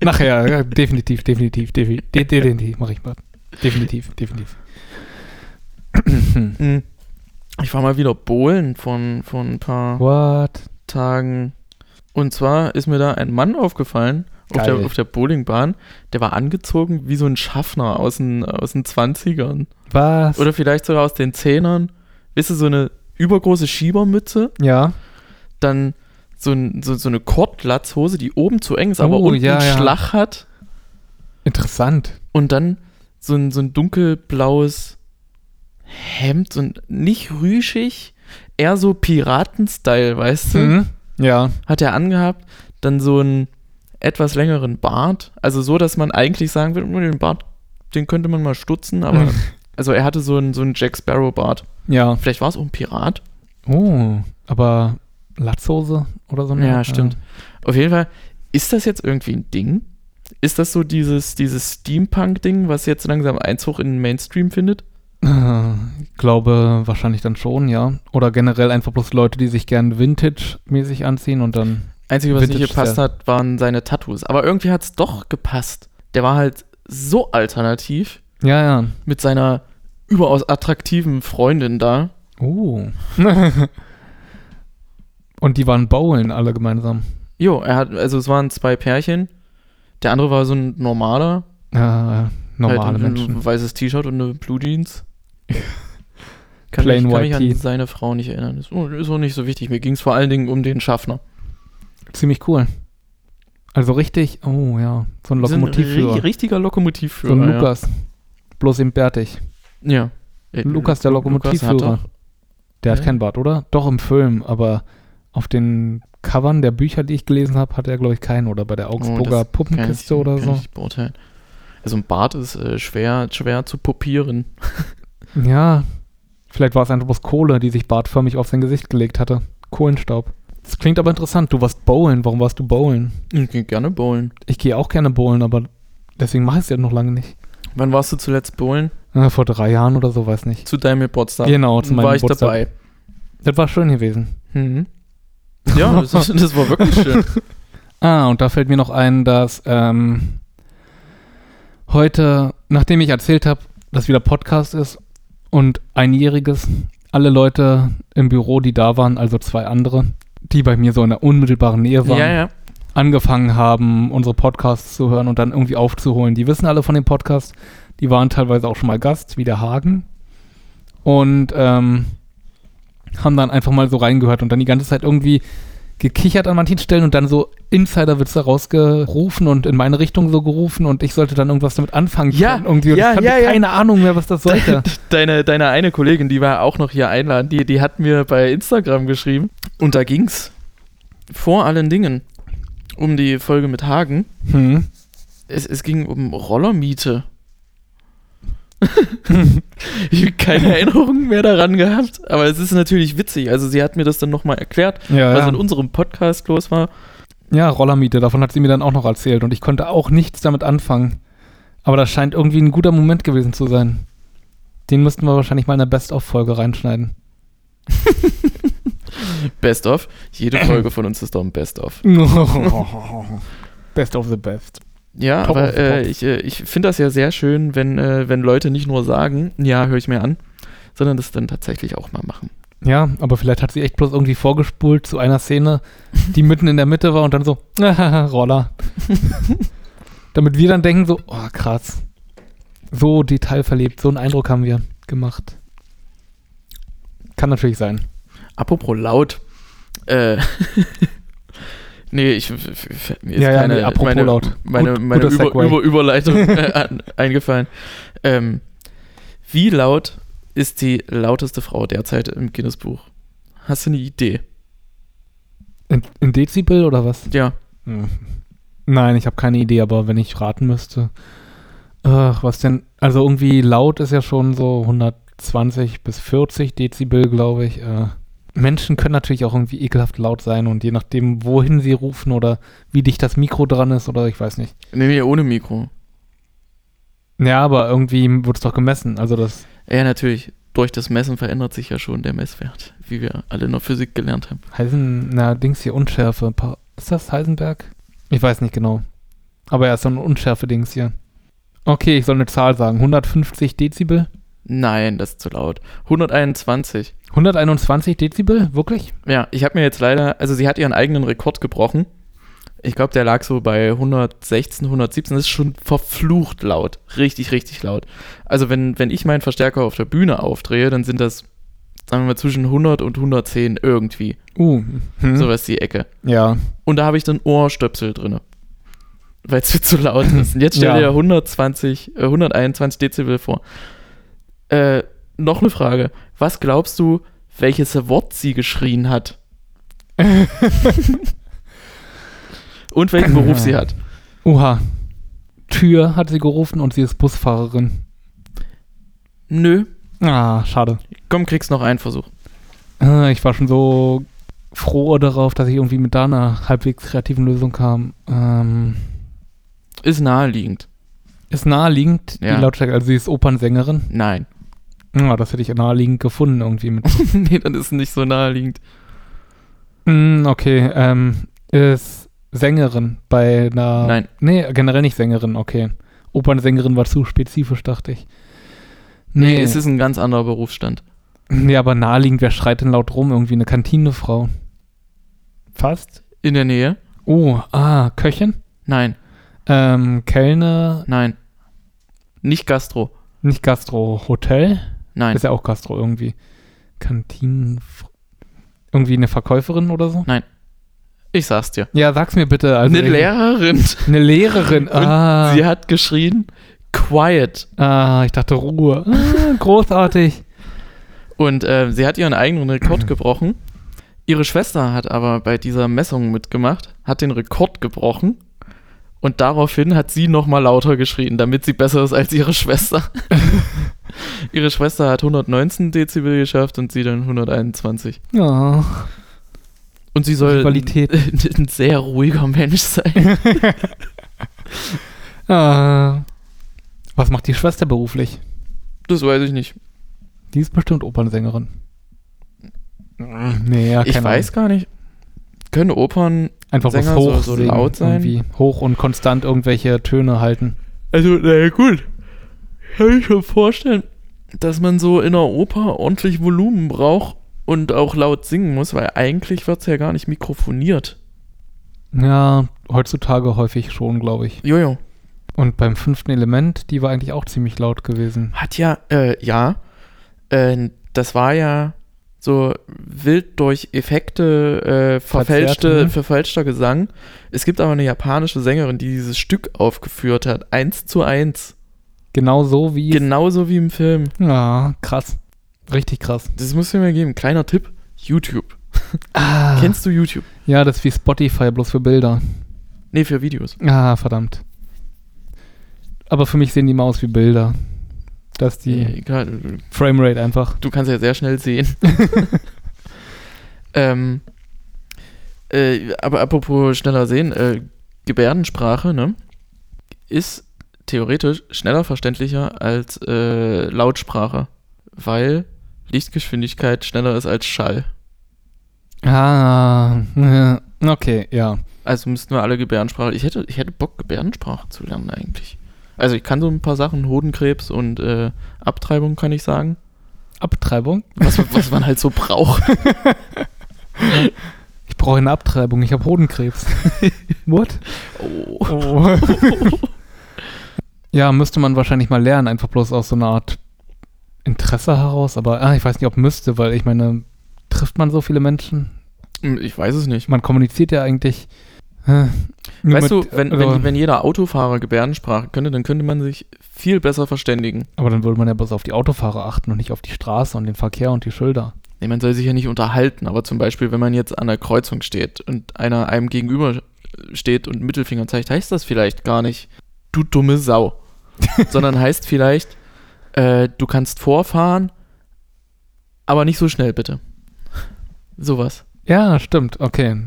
Speaker 1: nachher, ja, definitiv, definitiv, defi- de- definitiv, mache ich mal. Definitiv, definitiv.
Speaker 3: Hm. Ich war mal wieder Bohlen von, von ein paar
Speaker 1: What?
Speaker 3: Tagen. Und zwar ist mir da ein Mann aufgefallen auf
Speaker 1: Geil.
Speaker 3: der, auf der Bowlingbahn, der war angezogen wie so ein Schaffner aus den, aus den 20ern.
Speaker 1: Was?
Speaker 3: Oder vielleicht sogar aus den 10ern. Weißt du, so eine übergroße Schiebermütze,
Speaker 1: ja.
Speaker 3: dann so, ein, so, so eine Kortlatzhose, die oben zu eng ist, aber
Speaker 1: Oh,
Speaker 3: unten
Speaker 1: ja, ja.
Speaker 3: Schlach hat.
Speaker 1: Interessant.
Speaker 3: Und dann so ein, so ein dunkelblaues Hemd, so ein, nicht rüschig, eher so Piraten-Style, weißt du?
Speaker 1: Mhm. Ja.
Speaker 3: Hat er angehabt. Dann so einen etwas längeren Bart. Also so, dass man eigentlich sagen würde, "Oh, den Bart, den könnte man mal stutzen,
Speaker 1: Mhm.
Speaker 3: aber. Also er hatte so einen, so einen Jack Sparrow-Bart.
Speaker 1: Ja.
Speaker 3: Vielleicht war es auch ein Pirat.
Speaker 1: Oh, aber Latzhose oder so?
Speaker 3: Ja, stimmt. Auf jeden Fall, ist das jetzt irgendwie ein Ding? Ist das so dieses, dieses Steampunk-Ding, was jetzt langsam Einzug in den Mainstream findet?
Speaker 1: Äh, Ich glaube wahrscheinlich dann schon, ja. Oder generell einfach bloß Leute, die sich gern Vintage-mäßig anziehen und dann.
Speaker 3: Einzige, was nicht
Speaker 1: Vintage
Speaker 3: gepasst
Speaker 1: Style.
Speaker 3: hat, waren seine Tattoos. Aber irgendwie hat es doch gepasst. Der war halt so alternativ
Speaker 1: Ja, ja.
Speaker 3: mit seiner überaus attraktiven Freundin da.
Speaker 1: Oh. Und die waren bowlen alle gemeinsam.
Speaker 3: Jo, er hat, also es waren zwei Pärchen. Der andere war so ein normaler,
Speaker 1: Äh, normale
Speaker 3: halt ein,
Speaker 1: Menschen.
Speaker 3: ein weißes T-Shirt und eine Blue Jeans. Kann,
Speaker 1: Plain
Speaker 3: mich, kann
Speaker 1: white
Speaker 3: mich an
Speaker 1: tee.
Speaker 3: seine Frau nicht erinnern. Ist, oh, ist auch nicht so wichtig. Mir ging es vor allen Dingen um den Schaffner.
Speaker 1: Ziemlich cool. Also richtig, oh ja, so ein
Speaker 3: So ein ri-
Speaker 1: Lokomotivführer.
Speaker 3: richtiger
Speaker 1: So
Speaker 3: Lokomotivführer.
Speaker 1: ein Lukas. Bloß eben bärtig.
Speaker 3: Ja. ja.
Speaker 1: Lukas, der
Speaker 3: Äh, Lu- Lukas hat
Speaker 1: Lokomotivführer.
Speaker 3: doch-
Speaker 1: Der
Speaker 3: Ja.
Speaker 1: hat keinen Bart, oder? Doch im Film, aber auf den Covern der Bücher, die ich gelesen habe, hat er, glaube ich, keinen. Oder bei der Augsburger
Speaker 3: Oh, das Kann ich-
Speaker 1: Puppenkiste oder
Speaker 3: kann
Speaker 1: so.
Speaker 3: Ich beurteilen. Also ein Bart ist äh, schwer, schwer zu popieren.
Speaker 1: Ja, vielleicht war es einfach bloß Kohle, die sich bartförmig auf sein Gesicht gelegt hatte. Kohlenstaub. Das klingt aber interessant. Du warst bowlen. Warum warst du bowlen?
Speaker 3: Ich gehe gerne bowlen.
Speaker 1: Ich gehe auch gerne bowlen, aber deswegen mache ich es ja noch lange nicht.
Speaker 3: Wann warst du zuletzt bowlen?
Speaker 1: Äh, vor drei Jahren oder so, weiß nicht.
Speaker 3: Zu deinem Geburtstag.
Speaker 1: Genau, zu meinem
Speaker 3: war ich
Speaker 1: Geburtstag.
Speaker 3: dabei.
Speaker 1: Das war schön gewesen.
Speaker 3: Mhm. Ja, das, ist- das war wirklich schön.
Speaker 1: Ah, und da fällt mir noch ein, dass ähm, heute, nachdem ich erzählt habe, dass wieder Podcast ist und einjähriges, alle Leute im Büro, die da waren, also zwei andere, die bei mir so in der unmittelbaren Nähe waren,
Speaker 3: Ja, ja.
Speaker 1: angefangen haben, unsere Podcasts zu hören und dann irgendwie aufzuholen. Die wissen alle von dem Podcast. Die waren teilweise auch schon mal Gast, wie der Hagen. Und ähm, haben dann einfach mal so reingehört und dann die ganze Zeit irgendwie gekichert an manchen Stellen und dann so Insiderwitze rausgerufen und in meine Richtung so gerufen und ich sollte dann irgendwas damit anfangen.
Speaker 3: Ja,
Speaker 1: können irgendwie. Und
Speaker 3: ja,
Speaker 1: ich hatte
Speaker 3: ja, ja.
Speaker 1: keine Ahnung mehr, was das sollte.
Speaker 3: Deine, deine eine Kollegin, die war auch noch hier einladen, die, die hat mir bei Instagram geschrieben. Und da ging's vor allen Dingen um die Folge mit Hagen.
Speaker 1: hm.
Speaker 3: Es, es ging um Rollermiete. ich habe keine Erinnerung mehr daran gehabt, aber es ist natürlich witzig. Also sie hat mir das dann nochmal erklärt,
Speaker 1: Ja,
Speaker 3: was
Speaker 1: ja.
Speaker 3: Also in unserem Podcast los war.
Speaker 1: Ja, Rollermiete, davon hat sie mir dann auch noch erzählt und ich konnte auch nichts damit anfangen. Aber das scheint irgendwie ein guter Moment gewesen zu sein. Den müssten wir wahrscheinlich mal in der Best-of-Folge reinschneiden.
Speaker 3: Best of. Jede Folge von uns ist doch ein Best of.
Speaker 1: best of the best.
Speaker 3: Ja,
Speaker 1: Top
Speaker 3: aber
Speaker 1: of the
Speaker 3: äh,
Speaker 1: Pops.
Speaker 3: ich, äh, ich finde das ja sehr schön, wenn, äh, wenn Leute nicht nur sagen, ja, höre ich mir an, sondern das dann tatsächlich auch mal machen.
Speaker 1: Ja, aber vielleicht hat sie echt bloß irgendwie vorgespult zu einer Szene, die mitten in der Mitte war und dann so, Roller. Damit wir dann denken so, oh krass. So detailverliebt, so einen Eindruck haben wir gemacht. Kann natürlich sein.
Speaker 3: Apropos laut. Äh, nee, ich, f- f- mir ist
Speaker 1: Ja, ja,
Speaker 3: keine,
Speaker 1: nee, apropos
Speaker 3: meine,
Speaker 1: laut.
Speaker 3: meine,
Speaker 1: Gut-
Speaker 3: meine
Speaker 1: guter
Speaker 3: über,
Speaker 1: Segway.
Speaker 3: über Überleitung äh, an, eingefallen. Ähm, wie laut ist die lauteste Frau derzeit im Guinness-Buch? Hast du eine Idee?
Speaker 1: In, in Dezibel oder was?
Speaker 3: Ja,
Speaker 1: Hm. Nein, ich habe keine Idee, aber wenn ich raten müsste. Ach, was denn? Also irgendwie laut ist ja schon so 120 bis 40 Dezibel, glaube ich. Äh, Menschen können natürlich auch irgendwie ekelhaft laut sein und je nachdem, wohin sie rufen oder wie dicht das Mikro dran ist oder ich weiß nicht.
Speaker 3: nee, nee, ohne Mikro.
Speaker 1: Ja, aber irgendwie wurde es doch gemessen. Also das.
Speaker 3: Ja, natürlich. Durch das Messen verändert sich ja schon der Messwert, wie wir alle in der Physik gelernt haben.
Speaker 1: Heisen, na, Dings hier, Unschärfe. Pa- Ist das Heisenberg? Ich weiß nicht genau. Aber ja, ist so ein Unschärfe-Dings hier. Okay, ich soll eine Zahl sagen. 150 Dezibel?
Speaker 3: Nein, das ist zu laut. 121.
Speaker 1: 121 Dezibel? Wirklich?
Speaker 3: Ja, ich habe mir jetzt leider, also sie hat ihren eigenen Rekord gebrochen. Ich glaube, der lag so bei 116, 117. Das ist schon verflucht laut. Richtig, richtig laut. Also wenn, wenn ich meinen Verstärker auf der Bühne aufdrehe, dann sind das, sagen wir mal, zwischen 100 und 110 irgendwie.
Speaker 1: Uh. Hm.
Speaker 3: Sowas die Ecke.
Speaker 1: Ja.
Speaker 3: Und da habe ich dann Ohrstöpsel drin. Weil es mir zu laut ist. Und jetzt stell dir
Speaker 1: Ja.
Speaker 3: 120, äh, 121 Dezibel vor. Äh, noch eine Frage. Was glaubst du, welches Wort sie geschrien hat? Und welchen Beruf sie hat?
Speaker 1: Oha. Tür hat sie gerufen und sie ist Busfahrerin.
Speaker 3: Nö.
Speaker 1: Ah, schade.
Speaker 3: Komm, kriegst noch einen Versuch.
Speaker 1: Äh, Ich war schon so froh darauf, dass ich irgendwie mit da einer halbwegs kreativen Lösung kam. Ähm,
Speaker 3: Ist naheliegend.
Speaker 1: ist naheliegend,
Speaker 3: Ja.
Speaker 1: die Lautstärke, also sie ist Opernsängerin.
Speaker 3: Nein.
Speaker 1: Ja, das hätte ich naheliegend gefunden irgendwie mit.
Speaker 3: nee, dann ist nicht so naheliegend.
Speaker 1: Mm, okay, ähm, ist Sängerin bei einer.
Speaker 3: Nein.
Speaker 1: Nee, generell nicht Sängerin, okay. Opernsängerin war zu spezifisch, dachte ich.
Speaker 3: Nee, es ist ein ganz anderer Berufsstand.
Speaker 1: Ja, aber naheliegend, wer schreit denn laut rum? Irgendwie eine Kantinefrau. Fast.
Speaker 3: In der Nähe?
Speaker 1: Oh, ah, Köchin?
Speaker 3: Nein,
Speaker 1: Ähm, Kellner,
Speaker 3: nein. Nicht Gastro.
Speaker 1: nicht Gastro, Hotel?
Speaker 3: Nein.
Speaker 1: Ist ja auch Gastro irgendwie. Kantinen. Irgendwie eine Verkäuferin oder so?
Speaker 3: Ich sag's dir.
Speaker 1: Ja, sag's mir bitte. Also
Speaker 3: eine Lehrerin.
Speaker 1: Eine Lehrerin. Ah,
Speaker 3: Sie hat geschrien, quiet.
Speaker 1: ah, ich dachte Ruhe. Ah, großartig.
Speaker 3: Und äh, sie hat ihren eigenen Rekord gebrochen. Ihre Schwester hat aber bei dieser Messung mitgemacht, hat den Rekord gebrochen. Und daraufhin hat sie nochmal lauter geschrien, damit sie besser ist als ihre Schwester. ihre Schwester hat 119 Dezibel geschafft und sie dann 121.
Speaker 1: Ja.
Speaker 3: Und sie soll
Speaker 1: Rivalität.
Speaker 3: Ein, ein sehr ruhiger Mensch sein.
Speaker 1: Ah. Was macht die Schwester beruflich?
Speaker 3: Das weiß ich nicht.
Speaker 1: Die ist bestimmt Opernsängerin. Nee, ja,
Speaker 3: ich
Speaker 1: keine
Speaker 3: weiß gar nicht. können Opern
Speaker 1: Einfach was
Speaker 3: Sänger
Speaker 1: hoch
Speaker 3: soll so
Speaker 1: singen,
Speaker 3: laut sein.
Speaker 1: Irgendwie hoch und konstant irgendwelche Töne halten.
Speaker 3: Also, naja, gut. Kann ich schon vorstellen, dass man so in der Oper ordentlich Volumen braucht und auch laut singen muss, weil eigentlich wird es ja gar nicht mikrofoniert.
Speaker 1: Ja, heutzutage häufig schon, glaube ich.
Speaker 3: Jojo.
Speaker 1: Und beim fünften Element, die war eigentlich auch ziemlich laut gewesen.
Speaker 3: Hat ja, äh, ja. Äh, das war ja so wild durch Effekte äh,
Speaker 1: Verzerrt,
Speaker 3: verfälschte,
Speaker 1: ne?
Speaker 3: verfälschter Gesang. Es gibt aber eine japanische Sängerin, die dieses Stück aufgeführt hat. Eins zu eins.
Speaker 1: Genau so wie.
Speaker 3: Genauso wie im Film.
Speaker 1: ja, krass. Richtig krass.
Speaker 3: Das muss ich mir geben. Kleiner Tipp: YouTube.
Speaker 1: Ah.
Speaker 3: Kennst du YouTube?
Speaker 1: Ja, das ist wie Spotify, bloß für Bilder.
Speaker 3: Nee, für Videos.
Speaker 1: Ah, verdammt. Aber für mich sehen die mal aus wie Bilder. Das ist die
Speaker 3: Äh, Egal,
Speaker 1: Framerate einfach.
Speaker 3: du kannst ja sehr schnell sehen. ähm, äh, aber apropos schneller sehen, äh, Gebärdensprache ne, ist theoretisch schneller verständlicher als äh, Lautsprache, weil Lichtgeschwindigkeit schneller ist als Schall.
Speaker 1: Ah, ja. okay, ja.
Speaker 3: Also müssten wir alle Gebärdensprache. Ich hätte, ich hätte Bock, Gebärdensprache zu lernen eigentlich. Also ich kann so ein paar Sachen, Hodenkrebs und äh, Abtreibung kann ich sagen.
Speaker 1: Abtreibung?
Speaker 3: Was, was man halt so braucht.
Speaker 1: Ich brauche eine Abtreibung, ich habe Hodenkrebs. What?
Speaker 3: Oh.
Speaker 1: Oh. ja, müsste man wahrscheinlich mal lernen, einfach bloß aus so einer Art Interesse heraus. Aber ah, ich weiß nicht, ob müsste, weil ich meine, trifft man so viele Menschen?
Speaker 3: Ich weiß es nicht.
Speaker 1: Man kommuniziert ja eigentlich. äh, nur
Speaker 3: Weißt
Speaker 1: mit-
Speaker 3: du, wenn,
Speaker 1: also,
Speaker 3: wenn, wenn jeder Autofahrer Gebärdensprache könnte, dann könnte man sich viel besser verständigen.
Speaker 1: aber dann würde man ja bloß auf die Autofahrer achten und nicht auf die Straße und den Verkehr und die Schilder.
Speaker 3: Nee, man soll sich ja nicht unterhalten, aber zum Beispiel, wenn man jetzt an der Kreuzung steht und einer einem gegenüber steht und Mittelfinger zeigt, heißt das vielleicht gar nicht, du dumme Sau, sondern heißt vielleicht, äh, du kannst vorfahren, aber nicht so schnell bitte. Sowas.
Speaker 1: Ja, stimmt, okay.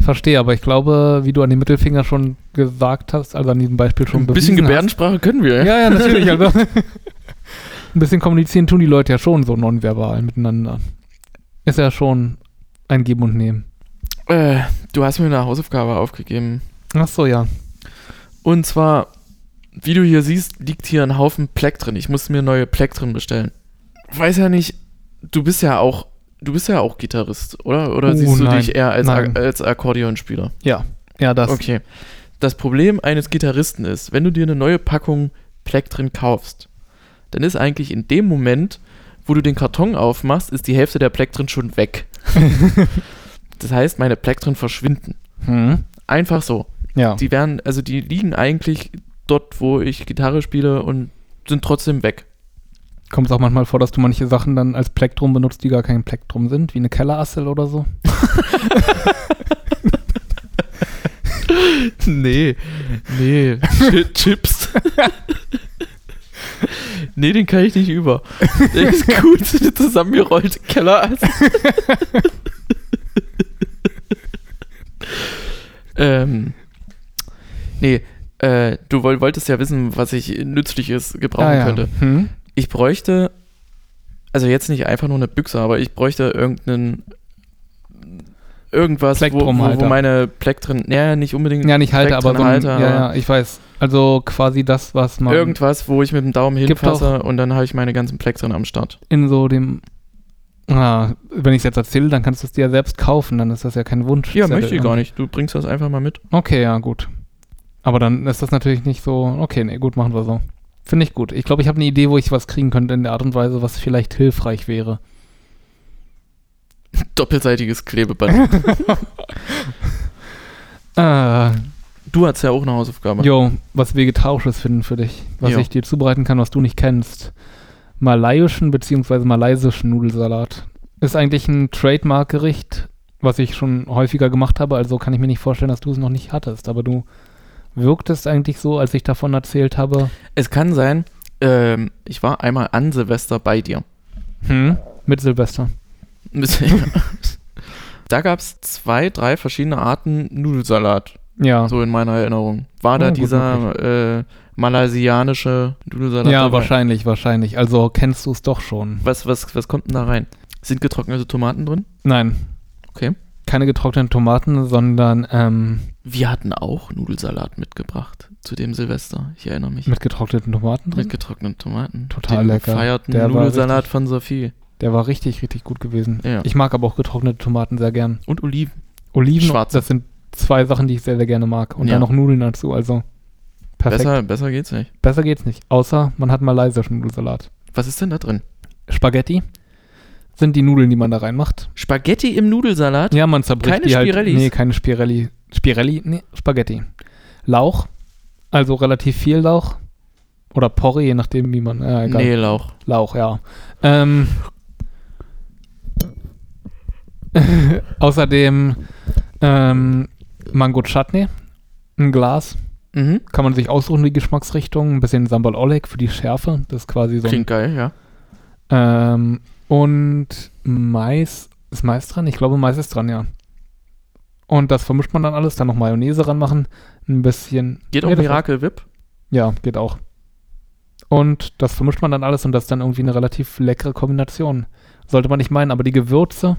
Speaker 1: Verstehe, aber ich glaube, wie du an den Mittelfinger schon gesagt hast, also an diesem Beispiel schon
Speaker 3: Ein bisschen
Speaker 1: bewiesen hast-
Speaker 3: Gebärdensprache können wir.
Speaker 1: Ja, ja, natürlich. Also, ein bisschen kommunizieren tun die Leute ja schon so nonverbal miteinander. Ist ja schon ein Geben und Nehmen.
Speaker 3: Äh, du hast mir eine Hausaufgabe aufgegeben.
Speaker 1: Ach so, ja.
Speaker 3: Und zwar, wie du hier siehst, liegt hier ein Haufen Plektren. Ich muss mir neue Plektren bestellen. Weiß ja nicht, du bist ja auch, du bist ja auch Gitarrist, oder? Oder
Speaker 1: Oh,
Speaker 3: siehst du
Speaker 1: nein.
Speaker 3: dich eher als,
Speaker 1: Nein.
Speaker 3: als Akkordeonspieler?
Speaker 1: Ja. Ja, das.
Speaker 3: Okay. Das Problem eines Gitarristen ist, wenn du dir eine neue Packung Plektren kaufst, dann ist eigentlich in dem Moment, wo du den Karton aufmachst, ist die Hälfte der Plektren schon weg. das heißt, meine Plektren verschwinden.
Speaker 1: Hm.
Speaker 3: Einfach so.
Speaker 1: Ja.
Speaker 3: Die werden, also die liegen eigentlich dort, wo ich Gitarre spiele und sind trotzdem weg.
Speaker 1: Kommt es auch manchmal vor, dass du manche Sachen dann als Plektrum benutzt, die gar kein Plektrum sind, wie eine Kellerassel oder so?
Speaker 3: Nee, nee, Chips. nee, den kann ich nicht über. Der ist gut, eine zusammengerollte Keller. ähm, nee, äh, du woll- wolltest ja wissen, was ich Nützliches gebrauchen
Speaker 1: Ah, ja.
Speaker 3: könnte.
Speaker 1: Hm?
Speaker 3: ich bräuchte, also jetzt nicht einfach nur eine Büchse, aber ich bräuchte irgendeinen irgendwas, wo, wo, wo
Speaker 1: Plektrumhalter.
Speaker 3: meine Plektren, naja, nicht unbedingt
Speaker 1: Ja, nicht Halter, aber so ein,
Speaker 3: Plektrenhalter,
Speaker 1: ja, ja,
Speaker 3: aber
Speaker 1: ich weiß. Also quasi das, was man
Speaker 3: irgendwas, wo ich mit dem Daumen
Speaker 1: Gibt
Speaker 3: hinfasse und dann habe ich meine ganzen Plektren am Start.
Speaker 1: in so dem Ah, wenn ich es jetzt erzähle, dann kannst du es dir ja selbst kaufen, dann ist das ja kein Wunsch.
Speaker 3: Ja, möchte ich gar nicht. Du bringst das einfach mal mit.
Speaker 1: Okay, ja, gut. Aber dann ist das natürlich nicht so, okay, nee, gut, machen wir so. Finde ich gut. Ich glaube, ich habe eine Idee, wo ich was kriegen könnte in der Art und Weise, was vielleicht hilfreich wäre.
Speaker 3: Doppelseitiges Klebeband.
Speaker 1: Äh,
Speaker 3: du hast ja auch eine Hausaufgabe.
Speaker 1: jo, was Vegetarisches finden für dich, was
Speaker 3: Jo.
Speaker 1: ich dir zubereiten kann, was du nicht kennst. Malaiischen bzw. malaysischen Nudelsalat. Ist eigentlich ein Trademark-Gericht, was ich schon häufiger gemacht habe, also kann ich mir nicht vorstellen, dass du es noch nicht hattest. Aber du wirktest eigentlich so, als ich davon erzählt habe.
Speaker 3: Es kann sein, ähm, ich war einmal an Silvester bei dir.
Speaker 1: Hm? Mit Silvester.
Speaker 3: da gab es zwei, drei verschiedene Arten Nudelsalat.
Speaker 1: Ja.
Speaker 3: So in meiner Erinnerung. War
Speaker 1: Oh,
Speaker 3: da
Speaker 1: gut
Speaker 3: dieser äh, malaysianische Nudelsalat?
Speaker 1: Ja,
Speaker 3: dabei?
Speaker 1: wahrscheinlich, wahrscheinlich. Also kennst du es doch schon.
Speaker 3: Was, was, was kommt denn da rein? Sind getrocknete Tomaten drin?
Speaker 1: Nein.
Speaker 3: Okay.
Speaker 1: keine getrockneten Tomaten, sondern ähm,
Speaker 3: Wir hatten auch Nudelsalat mitgebracht zu dem Silvester. Ich erinnere mich.
Speaker 1: mit getrockneten Tomaten
Speaker 3: Mit
Speaker 1: drin.
Speaker 3: getrockneten Tomaten.
Speaker 1: Total
Speaker 3: den
Speaker 1: lecker.
Speaker 3: gefeierten
Speaker 1: Der war
Speaker 3: Nudelsalat von Sophie.
Speaker 1: Der war richtig, richtig gut gewesen.
Speaker 3: Ja.
Speaker 1: Ich mag aber auch getrocknete Tomaten sehr gern.
Speaker 3: Und Oliven.
Speaker 1: Oliven,
Speaker 3: Schwarze.
Speaker 1: das sind zwei Sachen, die ich sehr, sehr gerne mag. Und
Speaker 3: Ja.
Speaker 1: dann noch Nudeln dazu, also perfekt. Besser,
Speaker 3: Besser, besser geht's nicht.
Speaker 1: geht's nicht. Außer man hat malaysischen Nudelsalat.
Speaker 3: Was ist denn da drin?
Speaker 1: Spaghetti sind die Nudeln, die man da reinmacht.
Speaker 3: Spaghetti im Nudelsalat?
Speaker 1: Ja, man zerbricht
Speaker 3: Keine
Speaker 1: die halt.
Speaker 3: Spirellis?
Speaker 1: Nee, keine Spirelli. Spirelli, nee, Spaghetti. Lauch, also relativ viel Lauch. Oder Porree, je nachdem, wie man. Äh, egal.
Speaker 3: nee, Lauch.
Speaker 1: Lauch, ja. Ähm, außerdem ähm, Mango Chutney, ein Glas.
Speaker 3: Mhm.
Speaker 1: Kann man sich aussuchen, die Geschmacksrichtung. Ein bisschen Sambal Oleg für die Schärfe. Das ist quasi so. Ein,
Speaker 3: Klingt geil, ja.
Speaker 1: ähm, und Mais. Ist Mais dran? Ich glaube, Mais ist dran, ja. Und das vermischt man dann alles. Dann noch Mayonnaise ranmachen. Ein bisschen.
Speaker 3: Geht auch
Speaker 1: Ja, das-
Speaker 3: Miracle Whip.
Speaker 1: Ja, geht auch. Und das vermischt man dann alles und das ist dann irgendwie eine relativ leckere Kombination. Sollte man nicht meinen, aber die Gewürze,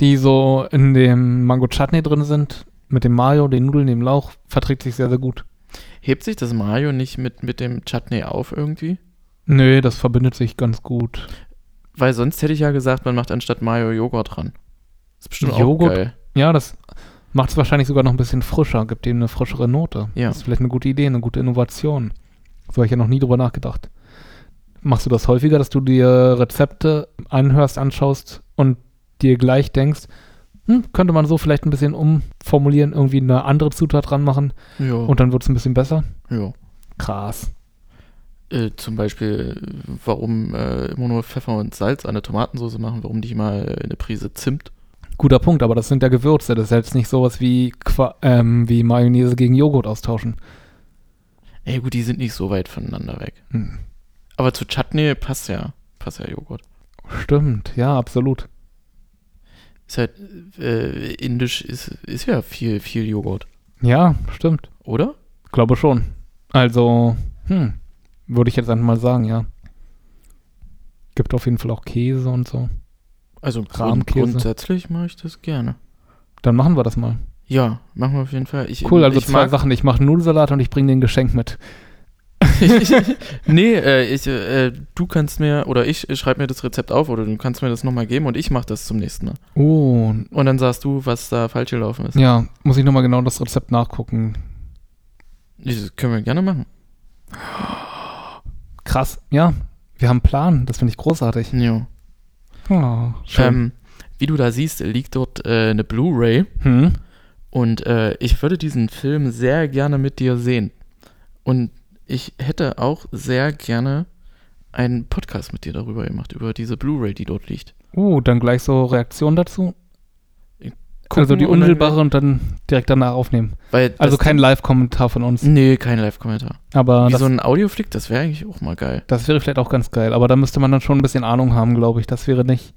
Speaker 1: die so in dem Mango Chutney drin sind, mit dem Mayo, den Nudeln, dem Lauch, verträgt sich sehr, sehr gut.
Speaker 3: Hebt sich das Mayo nicht mit, mit dem Chutney auf irgendwie?
Speaker 1: Nö, das verbindet sich ganz gut.
Speaker 3: Weil sonst hätte ich ja gesagt, man macht anstatt Mayo Joghurt ran. Ist bestimmt
Speaker 1: Joghurt?
Speaker 3: auch geil.
Speaker 1: Ja, das macht es wahrscheinlich sogar noch ein bisschen frischer, gibt dem eine frischere Note.
Speaker 3: Ja.
Speaker 1: Das ist vielleicht eine gute Idee, eine gute Innovation. So habe ich ja noch nie drüber nachgedacht. Machst du das häufiger, dass du dir Rezepte anhörst, anschaust und dir gleich denkst, hm, könnte man so vielleicht ein bisschen umformulieren, irgendwie eine andere Zutat dran machen
Speaker 3: Ja.
Speaker 1: und dann wird es ein bisschen besser?
Speaker 3: ja.
Speaker 1: Krass.
Speaker 3: Äh, zum Beispiel, äh, warum äh, immer nur Pfeffer und Salz an der Tomatensauce machen, warum nicht mal äh, eine Prise Zimt?
Speaker 1: Guter Punkt, aber das sind ja Gewürze. Das ist jetzt nicht sowas wie, Qua ähm, wie Mayonnaise gegen Joghurt austauschen.
Speaker 3: Ey, gut, die sind nicht so weit voneinander weg.
Speaker 1: Hm.
Speaker 3: Aber zu Chutney passt ja, passt ja Joghurt.
Speaker 1: Stimmt, ja, absolut.
Speaker 3: Ist halt, äh, indisch ist, ist ja viel, viel Joghurt,
Speaker 1: Ja, stimmt.
Speaker 3: oder?
Speaker 1: Glaube schon. Also, hm, würde ich jetzt einfach mal sagen, ja. Gibt auf jeden Fall auch Käse und so.
Speaker 3: Also grund,
Speaker 1: Rahmkäse.
Speaker 3: grundsätzlich mache ich das gerne.
Speaker 1: Dann machen wir das mal.
Speaker 3: Ja, machen wir auf jeden Fall. Ich,
Speaker 1: Cool, also
Speaker 3: ich
Speaker 1: zwei
Speaker 3: mag,
Speaker 1: Sachen. Ich mache Nudelsalat und ich bringe den Geschenk mit.
Speaker 3: ich, ich- nee, äh, ich, äh, du kannst mir, oder ich, ich schreibe mir das Rezept auf, oder du kannst mir das nochmal geben und ich mache das zum nächsten Mal.
Speaker 1: Oh,
Speaker 3: Und dann sagst du, was da falsch gelaufen ist.
Speaker 1: ja, muss ich nochmal genau das Rezept nachgucken.
Speaker 3: Das können wir gerne machen.
Speaker 1: Krass, ja. Wir haben einen Plan, das finde ich großartig.
Speaker 3: Jo.
Speaker 1: Oh, schön.
Speaker 3: Ähm, wie du da siehst, liegt dort äh, eine Blu-ray
Speaker 1: hm?
Speaker 3: und äh, ich würde diesen Film sehr gerne mit dir sehen. Und ich hätte auch sehr gerne einen Podcast mit dir darüber gemacht, über diese Blu-ray, die dort liegt.
Speaker 1: Uh, dann gleich so Reaktion dazu.
Speaker 3: Gucken
Speaker 1: also die
Speaker 3: und dann-
Speaker 1: unmittelbare und dann direkt danach aufnehmen.
Speaker 3: Weil
Speaker 1: Also
Speaker 3: das- Hm?
Speaker 1: kein Live-Kommentar von uns.
Speaker 3: Nee, kein Live-Kommentar.
Speaker 1: Aber
Speaker 3: Wie
Speaker 1: das
Speaker 3: so ein Audioflick, das wäre eigentlich auch mal geil.
Speaker 1: Das wäre vielleicht auch ganz geil, aber da müsste man dann schon ein bisschen Ahnung haben, glaube ich. Das wäre nicht.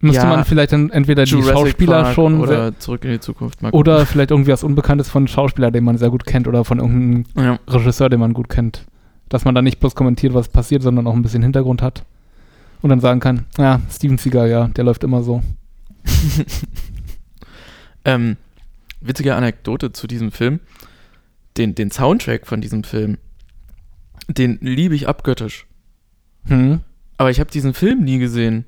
Speaker 1: Müsste
Speaker 3: Ja,
Speaker 1: man vielleicht dann entweder die Schauspieler
Speaker 3: Park
Speaker 1: schon oder,
Speaker 3: oder zurück in die Zukunft mal
Speaker 1: oder vielleicht irgendwie was Unbekanntes von einem Schauspieler, den man sehr gut kennt oder von irgendeinem
Speaker 3: gucken. ja.
Speaker 1: Regisseur, den man gut kennt. Dass man da nicht bloß kommentiert, was passiert, sondern auch ein bisschen Hintergrund hat. Und dann sagen kann, ja, Steven Seagal, ja, der läuft immer so.
Speaker 3: ähm, witzige Anekdote zu diesem Film. Den, den Soundtrack von diesem Film, den liebe ich abgöttisch.
Speaker 1: Hm?
Speaker 3: Aber ich habe diesen Film nie gesehen.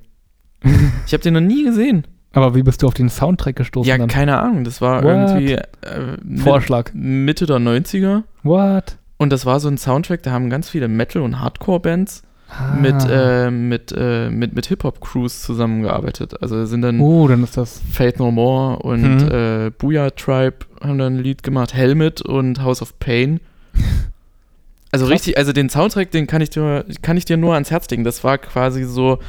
Speaker 3: Ich habe den noch nie gesehen.
Speaker 1: Aber wie bist du auf den Soundtrack gestoßen
Speaker 3: Ja,
Speaker 1: dann?
Speaker 3: keine Ahnung. Das war
Speaker 1: What?
Speaker 3: irgendwie äh, mit,
Speaker 1: Vorschlag.
Speaker 3: Mitte der 90er.
Speaker 1: What?
Speaker 3: Und das war so ein Soundtrack, da haben ganz viele Metal- und Hardcore-Bands mit,
Speaker 1: Ah.
Speaker 3: äh, mit, äh, mit, mit Hip-Hop-Crews zusammengearbeitet. Also da sind dann
Speaker 1: oh, dann ist das.
Speaker 3: Faith No More und
Speaker 1: Mhm.
Speaker 3: äh, Booyah Tribe haben dann ein Lied gemacht, Helmet und House of Pain. Also
Speaker 1: Krass.
Speaker 3: richtig, also den Soundtrack, den kann ich dir, kann ich dir nur ans Herz legen. Das war quasi so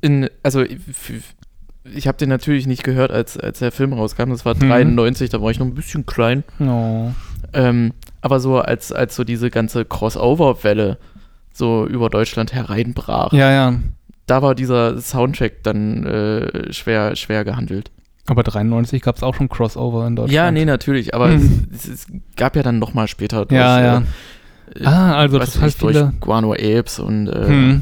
Speaker 3: in, also f- f- ich habe den natürlich nicht gehört, als, als der Film rauskam. Das war
Speaker 1: Mhm.
Speaker 3: 93, da war ich noch ein bisschen klein.
Speaker 1: Oh.
Speaker 3: Ähm, aber so als, als so diese ganze Crossover-Welle so über Deutschland hereinbrach,
Speaker 1: Ja, ja.
Speaker 3: da war dieser Soundtrack dann äh, schwer, schwer gehandelt.
Speaker 1: Aber 93 gab es auch schon Crossover in Deutschland.
Speaker 3: Ja, nee, natürlich, aber
Speaker 1: Hm.
Speaker 3: es, es, es gab ja dann nochmal später
Speaker 1: Ja,
Speaker 3: äh,
Speaker 1: ja.
Speaker 3: äh,
Speaker 1: Ah, also
Speaker 3: weiß
Speaker 1: total
Speaker 3: ich,
Speaker 1: viele.
Speaker 3: durch Guano Apes und äh,
Speaker 1: Hm.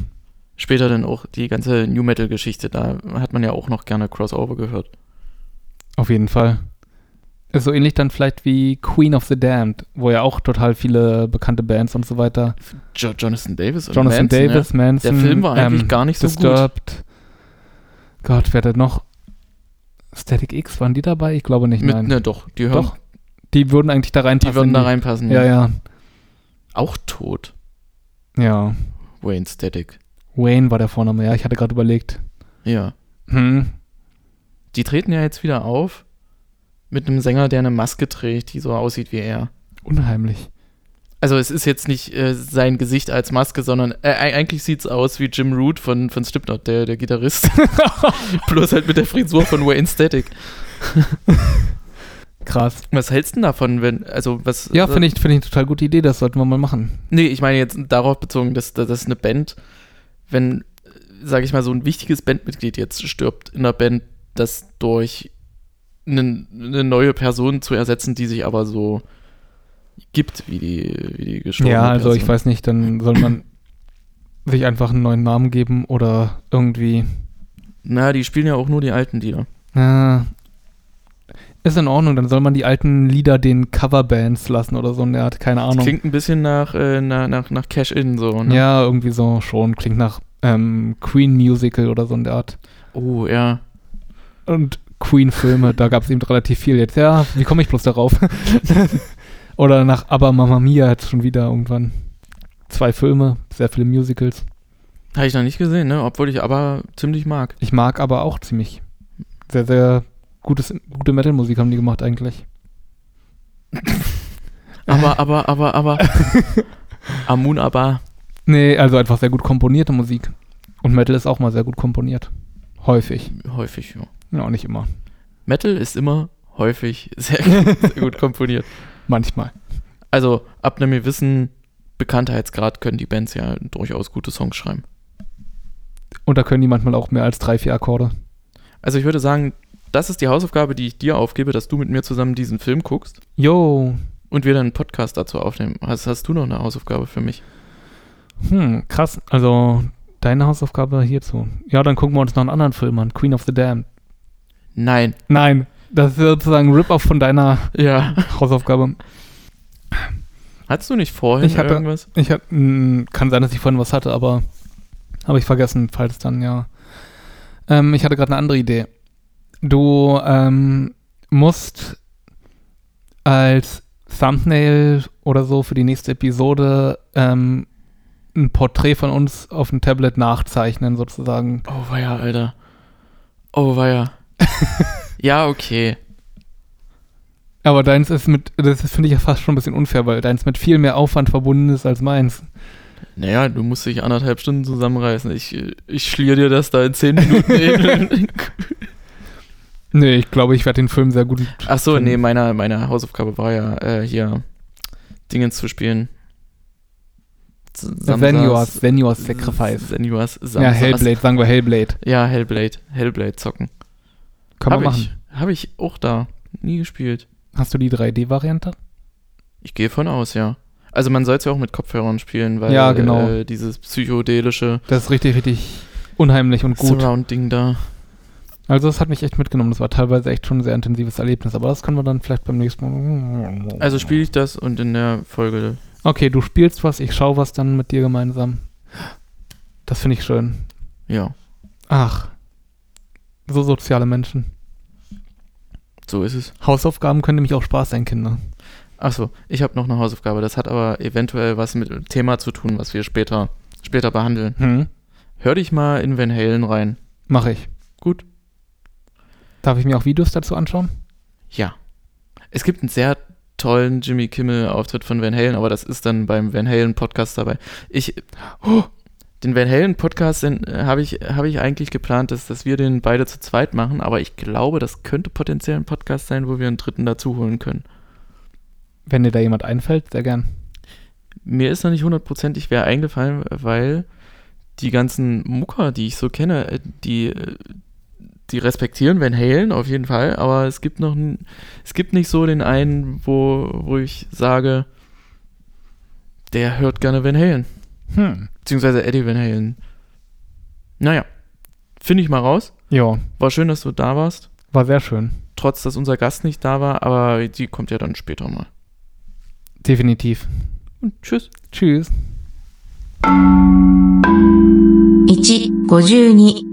Speaker 3: Später dann auch die ganze New Metal-Geschichte, da hat man ja auch noch gerne Crossover gehört.
Speaker 1: Auf jeden Fall. Ist so ähnlich dann vielleicht wie Queen of the Damned, wo ja auch total viele bekannte Bands und so weiter.
Speaker 3: Jo Jonathan Davis und
Speaker 1: Jonathan
Speaker 3: Manson, ja.
Speaker 1: Davis, ähm, Manson.
Speaker 3: Der Film war eigentlich gar nicht so
Speaker 1: Disturbed. Gott, wer hat noch? Static X, waren die dabei? Ich glaube nicht,
Speaker 3: gut. Mit,
Speaker 1: nein.
Speaker 3: ne, doch, die hören,
Speaker 1: Doch, Die würden eigentlich da
Speaker 3: die
Speaker 1: reinpassen.
Speaker 3: würden da reinpassen.
Speaker 1: Ja, ja.
Speaker 3: Auch tot,
Speaker 1: Ja.
Speaker 3: Wayne Static.
Speaker 1: Wayne war der Vorname, ja. Ich hatte gerade überlegt.
Speaker 3: Ja.
Speaker 1: Hm.
Speaker 3: Die treten ja jetzt wieder auf mit einem Sänger, der eine Maske trägt, die so aussieht wie er.
Speaker 1: Unheimlich.
Speaker 3: Also es ist jetzt nicht äh, sein Gesicht als Maske, sondern äh, e- eigentlich sieht's aus wie Jim Root von, von Slipknot, der, der Gitarrist. Bloß halt mit der Frisur von Wayne Static.
Speaker 1: Krass.
Speaker 3: Was hältst du denn davon, wenn, also was... äh,
Speaker 1: Ja, finde ich, finde ich total gute Idee. Das sollten wir mal machen.
Speaker 3: Nee, ich meine jetzt darauf bezogen, dass, dass dass eine Band, wenn, sage ich mal, so ein wichtiges Bandmitglied jetzt stirbt in der Band, das durch eine, eine neue Person zu ersetzen, die sich aber so gibt, wie die, wie die gestorbene
Speaker 1: ja, also ich
Speaker 3: Person.
Speaker 1: weiß nicht, dann soll man sich einfach einen neuen Namen geben oder irgendwie.
Speaker 3: Na, die spielen ja auch nur die alten Lieder.
Speaker 1: Ja. äh, ist in Ordnung, dann soll man die alten Lieder den Coverbands lassen oder so. Er hat keine
Speaker 3: Das
Speaker 1: Ahnung.
Speaker 3: klingt ein bisschen nach, äh, nach, nach, nach Cash-In so. Ne?
Speaker 1: ja, irgendwie so schon. Klingt nach ähm, Queen Musical oder so in der Art.
Speaker 3: Oh, ja.
Speaker 1: Und Queen-Filme, da gab es eben relativ viel jetzt. Ja, wie komme ich bloß darauf? Oder nach Aber Mamma Mia jetzt schon wieder irgendwann. Zwei Filme, sehr viele Musicals.
Speaker 3: Habe ich noch nicht gesehen, ne? Obwohl ich aber ziemlich mag.
Speaker 1: Ich mag aber auch ziemlich. Sehr, sehr gutes, gute Metal-Musik haben die gemacht eigentlich.
Speaker 3: Aber, aber, aber, aber. Amun aber.
Speaker 1: Nee, also einfach sehr gut komponierte Musik. Und Metal ist auch mal sehr gut komponiert. Häufig.
Speaker 3: Häufig, ja.
Speaker 1: Ja, auch nicht immer.
Speaker 3: Metal ist immer häufig sehr, sehr gut komponiert.
Speaker 1: Manchmal.
Speaker 3: Also, ab einem gewissen Bekanntheitsgrad können die Bands ja durchaus gute Songs schreiben.
Speaker 1: Und da können die manchmal auch mehr als drei, vier Akkorde.
Speaker 3: Also, ich würde sagen, das ist die Hausaufgabe, die ich dir aufgebe, dass du mit mir zusammen diesen Film guckst
Speaker 1: Yo.
Speaker 3: und wir dann einen Podcast dazu aufnehmen. Hast, hast du noch eine Hausaufgabe für mich?
Speaker 1: Hm, krass. Also, deine Hausaufgabe hierzu. Ja, dann gucken wir uns noch einen anderen Film an. Queen of the Damned.
Speaker 3: Nein.
Speaker 1: Nein, das ist sozusagen ein Rip-Off von deiner
Speaker 3: Ja.
Speaker 1: Hausaufgabe.
Speaker 3: Hattest du nicht vorhin
Speaker 1: Ich hatte-
Speaker 3: irgendwas?
Speaker 1: Ich hab, mh, kann sein, dass ich vorhin was hatte, aber habe ich vergessen, falls dann, ja. Ähm, ich hatte gerade eine andere Idee. Du ähm, musst als Thumbnail oder so für die nächste Episode ähm, ein Porträt von uns auf dem Tablet nachzeichnen, sozusagen.
Speaker 3: Oh weia, Alter. Oh weia. ja, okay.
Speaker 1: Aber deins ist mit, das ist, finde ich ja fast schon ein bisschen unfair, weil deins mit viel mehr Aufwand verbunden ist als meins.
Speaker 3: Naja, du musst dich anderthalb Stunden zusammenreißen. Ich, äh, ich schlier dir das da in zehn Minuten eben.
Speaker 1: Nee, ich glaube, ich werde den Film sehr gut.
Speaker 3: Ach so, nee, meine, meine Hausaufgabe war ja, äh, hier Dingens zu spielen.
Speaker 1: Senua's, Senua's Sacrifice.
Speaker 3: Senuas
Speaker 1: Ja, Hellblade, sagen wir Hellblade.
Speaker 3: Ja, Hellblade. Hellblade zocken.
Speaker 1: Kann man
Speaker 3: Hab
Speaker 1: machen.
Speaker 3: ich. Hab ich auch da. Nie gespielt.
Speaker 1: Hast du die 3D-Variante?
Speaker 3: Ich gehe von aus, ja. Also man soll es ja auch mit Kopfhörern spielen, weil
Speaker 1: Ja, genau.
Speaker 3: äh, dieses psychedelische
Speaker 1: Das ist richtig, richtig unheimlich und gut.
Speaker 3: Surround-Ding da.
Speaker 1: Also das hat mich echt mitgenommen. Das war teilweise echt schon ein sehr intensives Erlebnis, aber das können wir dann vielleicht beim nächsten Mal.
Speaker 3: Also spiele ich das und in der Folge.
Speaker 1: Okay, du spielst was, ich schaue was dann mit dir gemeinsam. Das finde ich schön.
Speaker 3: Ja,
Speaker 1: Ach. So soziale Menschen.
Speaker 3: so ist es.
Speaker 1: Hausaufgaben können nämlich auch Spaß sein, Kinder.
Speaker 3: Achso, ich habe noch eine Hausaufgabe. Das hat aber eventuell was mit dem Thema zu tun, was wir später, später behandeln.
Speaker 1: Hm?
Speaker 3: Hör dich mal in Van Halen rein.
Speaker 1: Mach ich.
Speaker 3: Gut.
Speaker 1: Darf ich mir auch Videos dazu anschauen?
Speaker 3: Ja. Es gibt einen sehr tollen Jimmy Kimmel-Auftritt von Van Halen, aber das ist dann beim Van Halen-Podcast dabei. Ich. Oh, den Van Halen-Podcast den, äh, habe ich, habe ich eigentlich geplant, dass, dass wir den beide zu zweit machen, aber ich glaube, das könnte potenziell ein Podcast sein, wo wir einen dritten dazu holen können.
Speaker 1: Wenn dir da jemand einfällt, sehr gern.
Speaker 3: Mir ist noch nicht hundertprozentig wer eingefallen, weil die ganzen Mucker, die ich so kenne, äh, die, äh, die respektieren Van Halen auf jeden Fall, aber es gibt noch n- es gibt nicht so den einen, wo, wo ich sage, der hört gerne Van Halen.
Speaker 1: Hm.
Speaker 3: Beziehungsweise Eddie Van Halen. Naja, finde ich mal raus.
Speaker 1: Ja,
Speaker 3: War schön, dass du da warst.
Speaker 1: war sehr schön.
Speaker 3: Trotz, dass unser Gast nicht da war, aber die kommt ja dann später mal.
Speaker 1: Definitiv.
Speaker 3: Und tschüss.
Speaker 1: Tschüss.
Speaker 2: 1、52